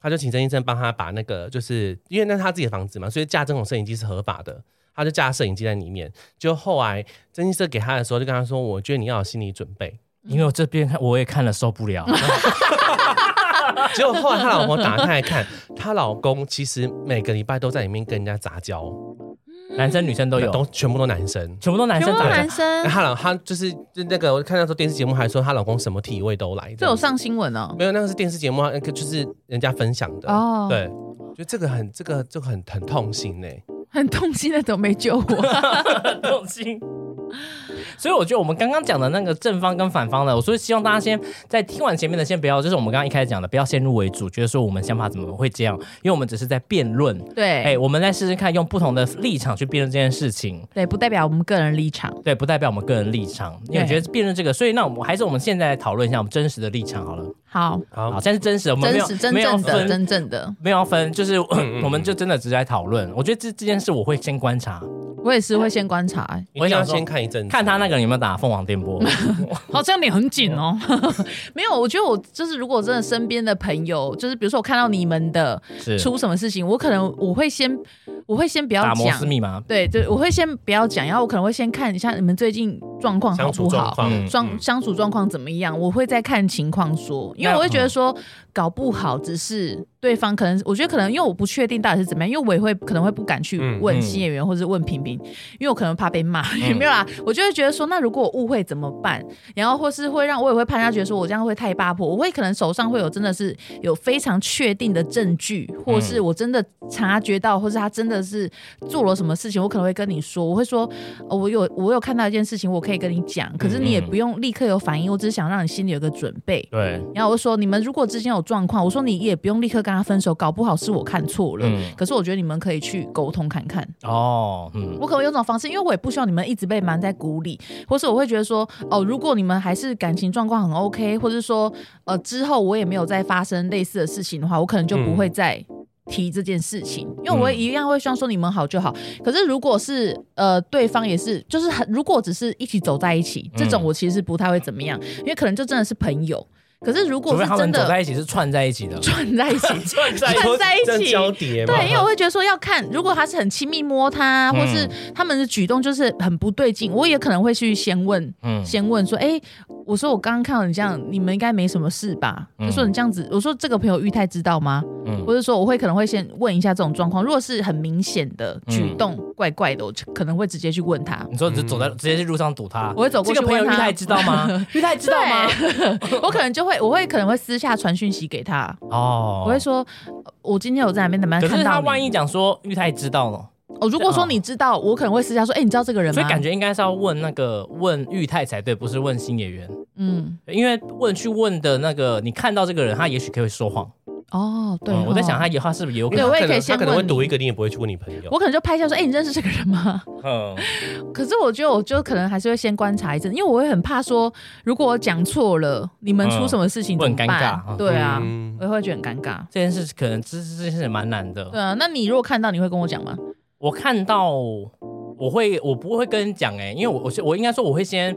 S3: 她就请征信社帮她把那个，就是因为那是她自己的房子嘛，所以架这种摄影机是合法的。她就架摄影机在里面，就后来征信社给她的时候，就跟她说：“我觉得你要有心理准备。
S2: 因为我这边看我也看了受不 了，”
S3: 结果后来她老婆打开来看，她老公其实每个礼拜都在里面跟人家杂交，
S2: 男生女生
S1: 哦
S2: 都有，
S3: 都全部都 男生。
S2: 全部都男
S1: 全
S2: 生
S1: 部都
S2: 打架
S1: 男。生，
S3: 她老她就是就那个，我看那时候电视节目还说她老公什么体位都来，
S1: 这有上新闻哦。
S3: 没有，那个是电视节目，那个就是人家分享的。
S1: 哦
S3: 对，就这个很，这个这个很很痛心呢、
S1: 很痛心的都没救我，
S2: 动心。所以我觉得我们刚刚讲的那个正方跟反方的，我所以希望大家先在听完前面的，先不要，就是我们刚刚一开始讲的，不要先入为主，觉得说我们想法怎么会这样，因为我们只是在辩论。
S1: 对，
S2: 哎、我们再试试看，用不同的立场去辩论这件事情，
S1: 对，不代表我们个人立场。
S2: 对，不代表我们个人立场。因为我
S1: 对
S2: 觉得辩论这个，所以那我们还是我们现在来讨论一下我们真实的立场好了。
S1: 好，
S2: 好，
S3: 好，
S2: 现在是真实的，我们没
S1: 真
S2: 有
S1: 实真
S2: 没有
S1: 正的嗯
S2: 分
S1: 真正的，
S2: 没有要分，就是我们就真的只是在讨论。我觉得这这件事我会先观察，
S1: 我也是会先观察、欸
S3: 我
S2: 我
S3: 想
S2: 想说
S3: 先看一阵子，
S2: 看他那个人有没有打凤凰电 波。
S1: 好像你很紧哦， 没有，我觉得我就是如果真的身边的朋友，就是比如说我看到你们的
S2: 是
S1: 出什么事情，我可能我会先我会先不要
S2: 打摩
S1: 讲
S2: 斯，密码，
S1: 对对，我会先不要讲，然后我可能会先看一下你们最近状况好
S3: 相
S1: 不
S3: 处状
S1: 好，
S3: 况，
S2: 嗯
S1: 状相处状况怎么样，我会再看情况说，因为
S2: 那嗯
S1: 我会觉得说，搞不好只是对方可能，我觉得可能因为我不确定到底是怎么样，因为我也会可能会不敢去
S3: 嗯
S1: 问
S2: 嗯
S1: 新演员或者问平平，因为我可能怕被骂，也 没有啦，我就会觉得说，那如果我误会怎么办？然后或是会让我也会怕他觉得说我这样会太八婆，我会可能手上会有真的是有非常确定的证据，或是
S2: 嗯
S1: 我真的察觉到，或是他真的是做了什么事情，我可能会跟你说，我会说，哦，我有我有看到一件事情，我可以跟你讲，可是
S2: 嗯
S1: 你也不用立刻有反应，我只是想让你心里有个准备。
S2: 对，
S1: 然后我就说，你们如果之间有状况，我说你也不用立刻跟他分手，搞不好是我看错了。
S2: 嗯，
S1: 可是我觉得你们可以去沟通看看，
S2: 哦，嗯，
S1: 我可能有种方式，因为我也不希望你们一直被瞒在鼓里，或是我会觉得说，哦，如果你们还是感情状况很 OK，或是说，呃，之后我也没有再发生类似的事情的话，我可能就
S2: 嗯
S1: 不会再提这件事情，因为我会一样会希望说你们好就好。可是如果是呃对方也是，就是很如果只是一起走在一起，这种
S2: 嗯
S1: 我其实不太会怎么样，因为可能就真的是朋友。可是如
S2: 除
S1: 果
S2: 非
S1: 是
S2: 他
S1: 真
S2: 们走
S1: 的
S2: 在一起是串在一起的，
S1: 转在一 起，
S2: 串在
S1: 一起看在一起
S3: 这样交叠嘛，
S1: 对，因为我会觉得说要看，如果他是很亲密摸他，
S2: 嗯
S1: 或是他们的举动就是很不对劲，我也可能会去先问，
S2: 嗯，
S1: 先问说，哎、我说我刚刚看到你这样，你们应该没什么事吧？
S2: 嗯
S1: 就说你这样子，我说这个朋友玉太知道吗？
S2: 嗯
S1: 或者说我会可能会先问一下这种状况，如果是很明显的举
S2: 嗯
S1: 动、怪怪的，我就可能会直接去问他。
S2: 你说只走在直接去路上堵他，
S1: 我会走过去
S2: 这个朋友
S1: 问
S2: 玉
S1: 他
S2: 太知 道吗？玉太知道吗？
S1: 对，我可能就会，我会可能会私下传讯息给他，
S2: 哦
S1: 我会说，呃我今天有在哪边哪边
S2: 可
S1: 看到
S2: 是
S1: 你。
S2: 他万一讲说玉太知道了，
S1: 哦，如果说
S2: 哦
S1: 你知道，我可能会私下说，哎、你知道这个人吗？
S2: 所以感觉应该是要问那个问玉太才对，不是问新演员，
S1: 嗯，
S2: 因为问去问的那个，你看到这个人，他也许可以说谎。
S1: 哦，对
S2: 嗯
S1: 吼，
S2: 我在想他以后他是不是也有可
S3: 因为
S1: 对
S2: 能？
S1: 我也可以
S3: 他能
S1: 先
S3: 他可能会
S1: 问你
S3: 读一个，你也不会去问你朋友。
S1: 我可能就拍下说：“哎、你认识这个人吗
S2: 嗯，？”
S1: 可是我觉得，我就可能还是会先观察一阵，因为我会很怕说，如果我讲错了，你们出什么事情
S2: 嗯
S1: 怎么
S2: 会很
S1: 办？
S2: 尴尬
S1: 对啊，
S3: 嗯
S1: 我也会觉得很尴尬。
S2: 这件事可能这这件事也蛮难的。
S1: 对啊，那你如果看到，你会跟我讲吗？
S2: 我看到我会我不会跟你讲哎、因为我我是我应该说我会先，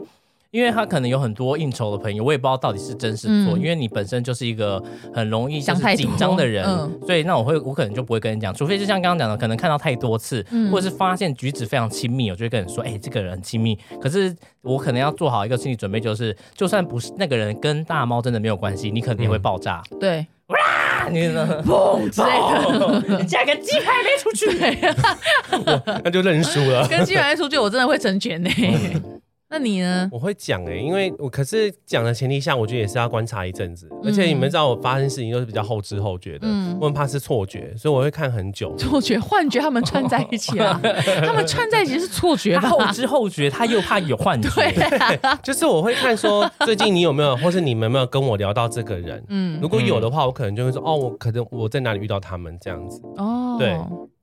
S2: 因为他可能有很多应酬的朋友，我也不知道到底是真是错，
S1: 嗯
S2: 因为你本身就是一个很容易就
S1: 想
S2: 是
S1: 太多
S2: 紧张的人，
S1: 嗯
S2: 所以那我会我可能就不会跟你讲，除非就像刚刚讲的，可能看到太多次，
S1: 嗯
S2: 或者是发现举止非常亲密，我就会跟你说，哎、这个人很亲密，可是我可能要做好一个心理准备，就是就算不是那个人跟大猫真的没有关系，你可能也会爆炸，
S1: 对，
S2: 啊你呢？
S1: 嗯砰之类的。
S2: 你价个鸡排没出去。
S1: 呃
S3: 那就认输了
S1: 。
S2: 哦
S1: 跟金元出去，我真的会成全呢、 那你呢？
S3: 我会讲哎、因为我可是讲的前提下，我觉得也是要观察一阵子，而且你们知道我发生事情都是比较后知后觉的，
S1: 嗯
S3: 我很怕是错觉，所以我会看很久。
S1: 错觉、幻觉，他们串在一起 了，他们串在一起是错觉
S2: 他
S1: 吧？
S2: 后知后觉，他又怕有幻 觉。对，
S1: 啊
S3: 就是我会看说最近你有没有，或是你们有没有跟我聊到这个人。
S1: 嗯，
S3: 如果有的话，我可能就会说哦，我可能我在哪里遇到他们这样子。
S1: 哦，
S3: 对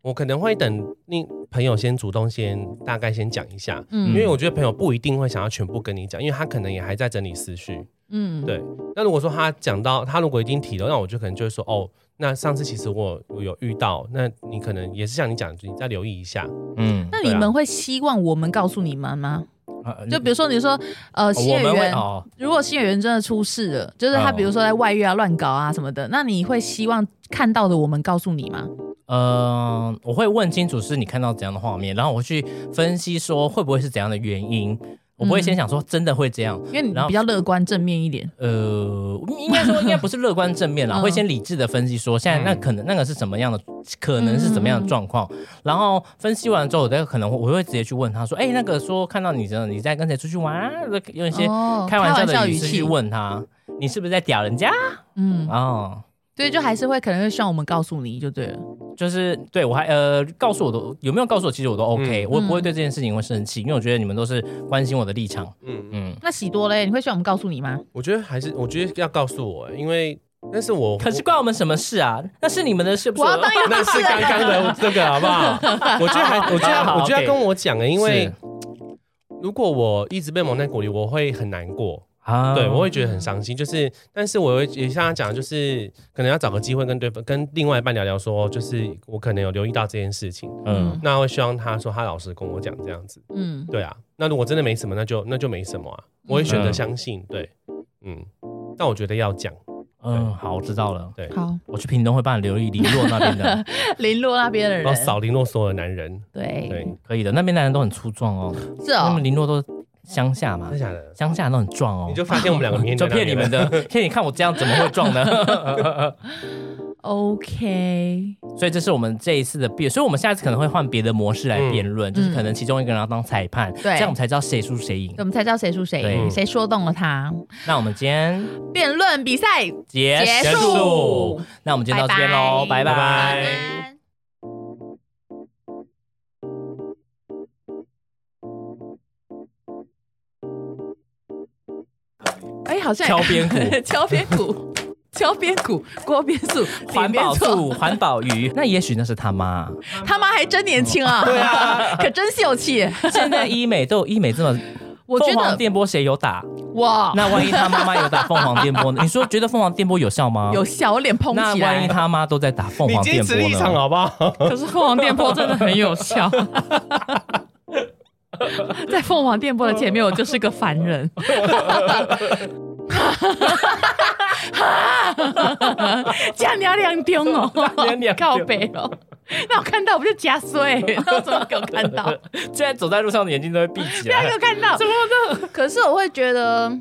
S3: 我可能会等另朋友先主动先大概先讲一下，
S1: 嗯
S3: 因为我觉得朋友不一定会想要全部跟你讲，因为他可能也还在整理思绪。
S1: 嗯，
S3: 对，那如果说他讲到他如果已经提了，那我就可能就会说哦，那上次其实我我有遇到，那你可能也是像你讲，你再留意一下。
S2: 嗯，
S1: 那
S3: 对
S1: 你
S3: 啊
S1: 们会希望我们告诉你们吗？
S2: 呃
S1: 就比如说，你说，呃，新
S2: 我
S1: 演
S2: 们会
S1: 员，
S2: 哦，
S1: 如果新演员真的出事了，就是他
S2: 哦
S1: 比如说在外遇啊、乱搞啊什么的，那你会希望看到的我们告诉你吗？
S2: 呃，我会问清楚是你看到怎样的画面，然后我去分析说会不会是怎样的原因。我不会先想说真的会这样，
S1: 因为你
S2: 然后
S1: 比较乐观正面一点。
S2: 呃，应该说应该不是乐观正面啦，
S1: 嗯
S2: 会先理智的分析说现在那可能那个是什么样的，可能是怎么样的状况，然后分析完之后，我再可能我会直接去问他说，哎、那个说看到你真的你在跟谁出去玩啊，用一些
S1: 哦
S2: 开玩笑的
S1: 语
S2: 语气去问他，你是不是在屌人家？
S1: 嗯，
S2: 哦，
S1: 对，就还是会可能会希望我们告诉你就对了。
S2: 就是对我还呃告诉我都有没有告诉我，其实我都 OK，、
S3: 嗯
S2: 我不会对这件事情会生
S1: 嗯
S2: 气，因为我觉得你们都是关心我的立场，
S3: 嗯，
S2: 嗯，
S1: 那喜多嘞，你会希望我们告诉你吗？
S3: 我觉得还是我觉得要告诉我，因为但是我
S2: 可是关我们什么事啊？那是你们的事，不是
S1: 我要
S2: 的
S1: 当一
S3: 那是刚刚的这个好不好？我觉得还我觉得
S2: 好
S3: 要我觉得
S2: OK
S3: 要跟我讲的，欸因为
S2: 是
S3: 如果我一直被蒙在鼓里，我会很难过。
S2: 啊
S3: 对，我会觉得很伤心。就是，但是我会也像他讲的，就是可能要找个机会跟对方、跟另外一半聊聊说，就是我可能有留意到这件事情，
S2: 嗯
S3: 那会希望他说他老实跟我讲这样子。
S1: 嗯，
S3: 对啊，那如果真的没什么，那就那就没什么啊，我会选择相信。对，嗯，但我觉得要讲，
S2: 嗯，好，我知道了。
S3: 对，
S1: 好，
S2: 我去屏东会帮你留意李若那 边的，
S1: 林洛那边的
S3: 然后
S1: 人，
S3: 少零落所有的男人。
S1: 对，
S3: 对，
S2: 可以的。那边的人都很粗壮哦，
S1: 是
S2: 他
S1: 哦
S2: 们，林若都乡下嘛
S3: 真的，假的？
S2: 乡下都很壮哦
S3: 你。就发现我们两个明天
S2: 就
S3: 在哪
S2: 骗
S3: 里
S2: 你们
S3: 了。
S2: 的，骗你看我这样怎么会 壮呢？
S1: OK，
S2: 所以这是我们这一次的辩，所以我们下次可能会换别的模式来辩论，就是可能其中一个人要当裁判，
S1: 嗯对
S2: 这样我们才知道谁输谁赢
S1: 我。们才知道谁输谁赢，
S2: 对
S1: 谁说动了他。
S2: 那我们今天
S1: 辩论比赛
S2: 结
S1: 结束，
S2: 那我们今天到这边喽，
S1: 拜
S2: 拜拜。
S3: 拜
S1: 安。哎，好像
S2: 敲边鼓
S1: 敲边鼓， 敲边鼓，锅边素，
S2: 环保
S1: 醋，
S2: 醋，环保鱼，那也许那是他妈。
S1: 他妈还真年轻啊！对啊， 可真秀气。
S2: 现在医美都有医美这么，
S1: 我觉
S2: 凤凰
S1: 得哦
S2: 电波谁有打？
S1: 哇，
S2: 那万一他妈妈有打凤凰电 波呢？你说觉得凤凰电波有效吗？
S1: 有。笑，我脸
S2: 那
S1: 膨起
S2: 万
S1: 来。
S2: 一他妈都在打凤
S3: 你
S2: 凰
S3: 坚
S2: 电
S3: 持
S2: 波
S3: 立场哦
S2: 呢？
S3: 好不好？
S1: 可是凤凰电波真的很有效，在凤凰电波的前面，我就是个凡人。 加娘两丢哦，
S2: 娘两中
S1: 告北哦。那我看到我不就加衰？那我怎么给我看到？
S2: 现在走在路上，眼睛都会闭起
S1: 不要
S2: 来
S1: 给。我看到！怎么的？可是我会觉得，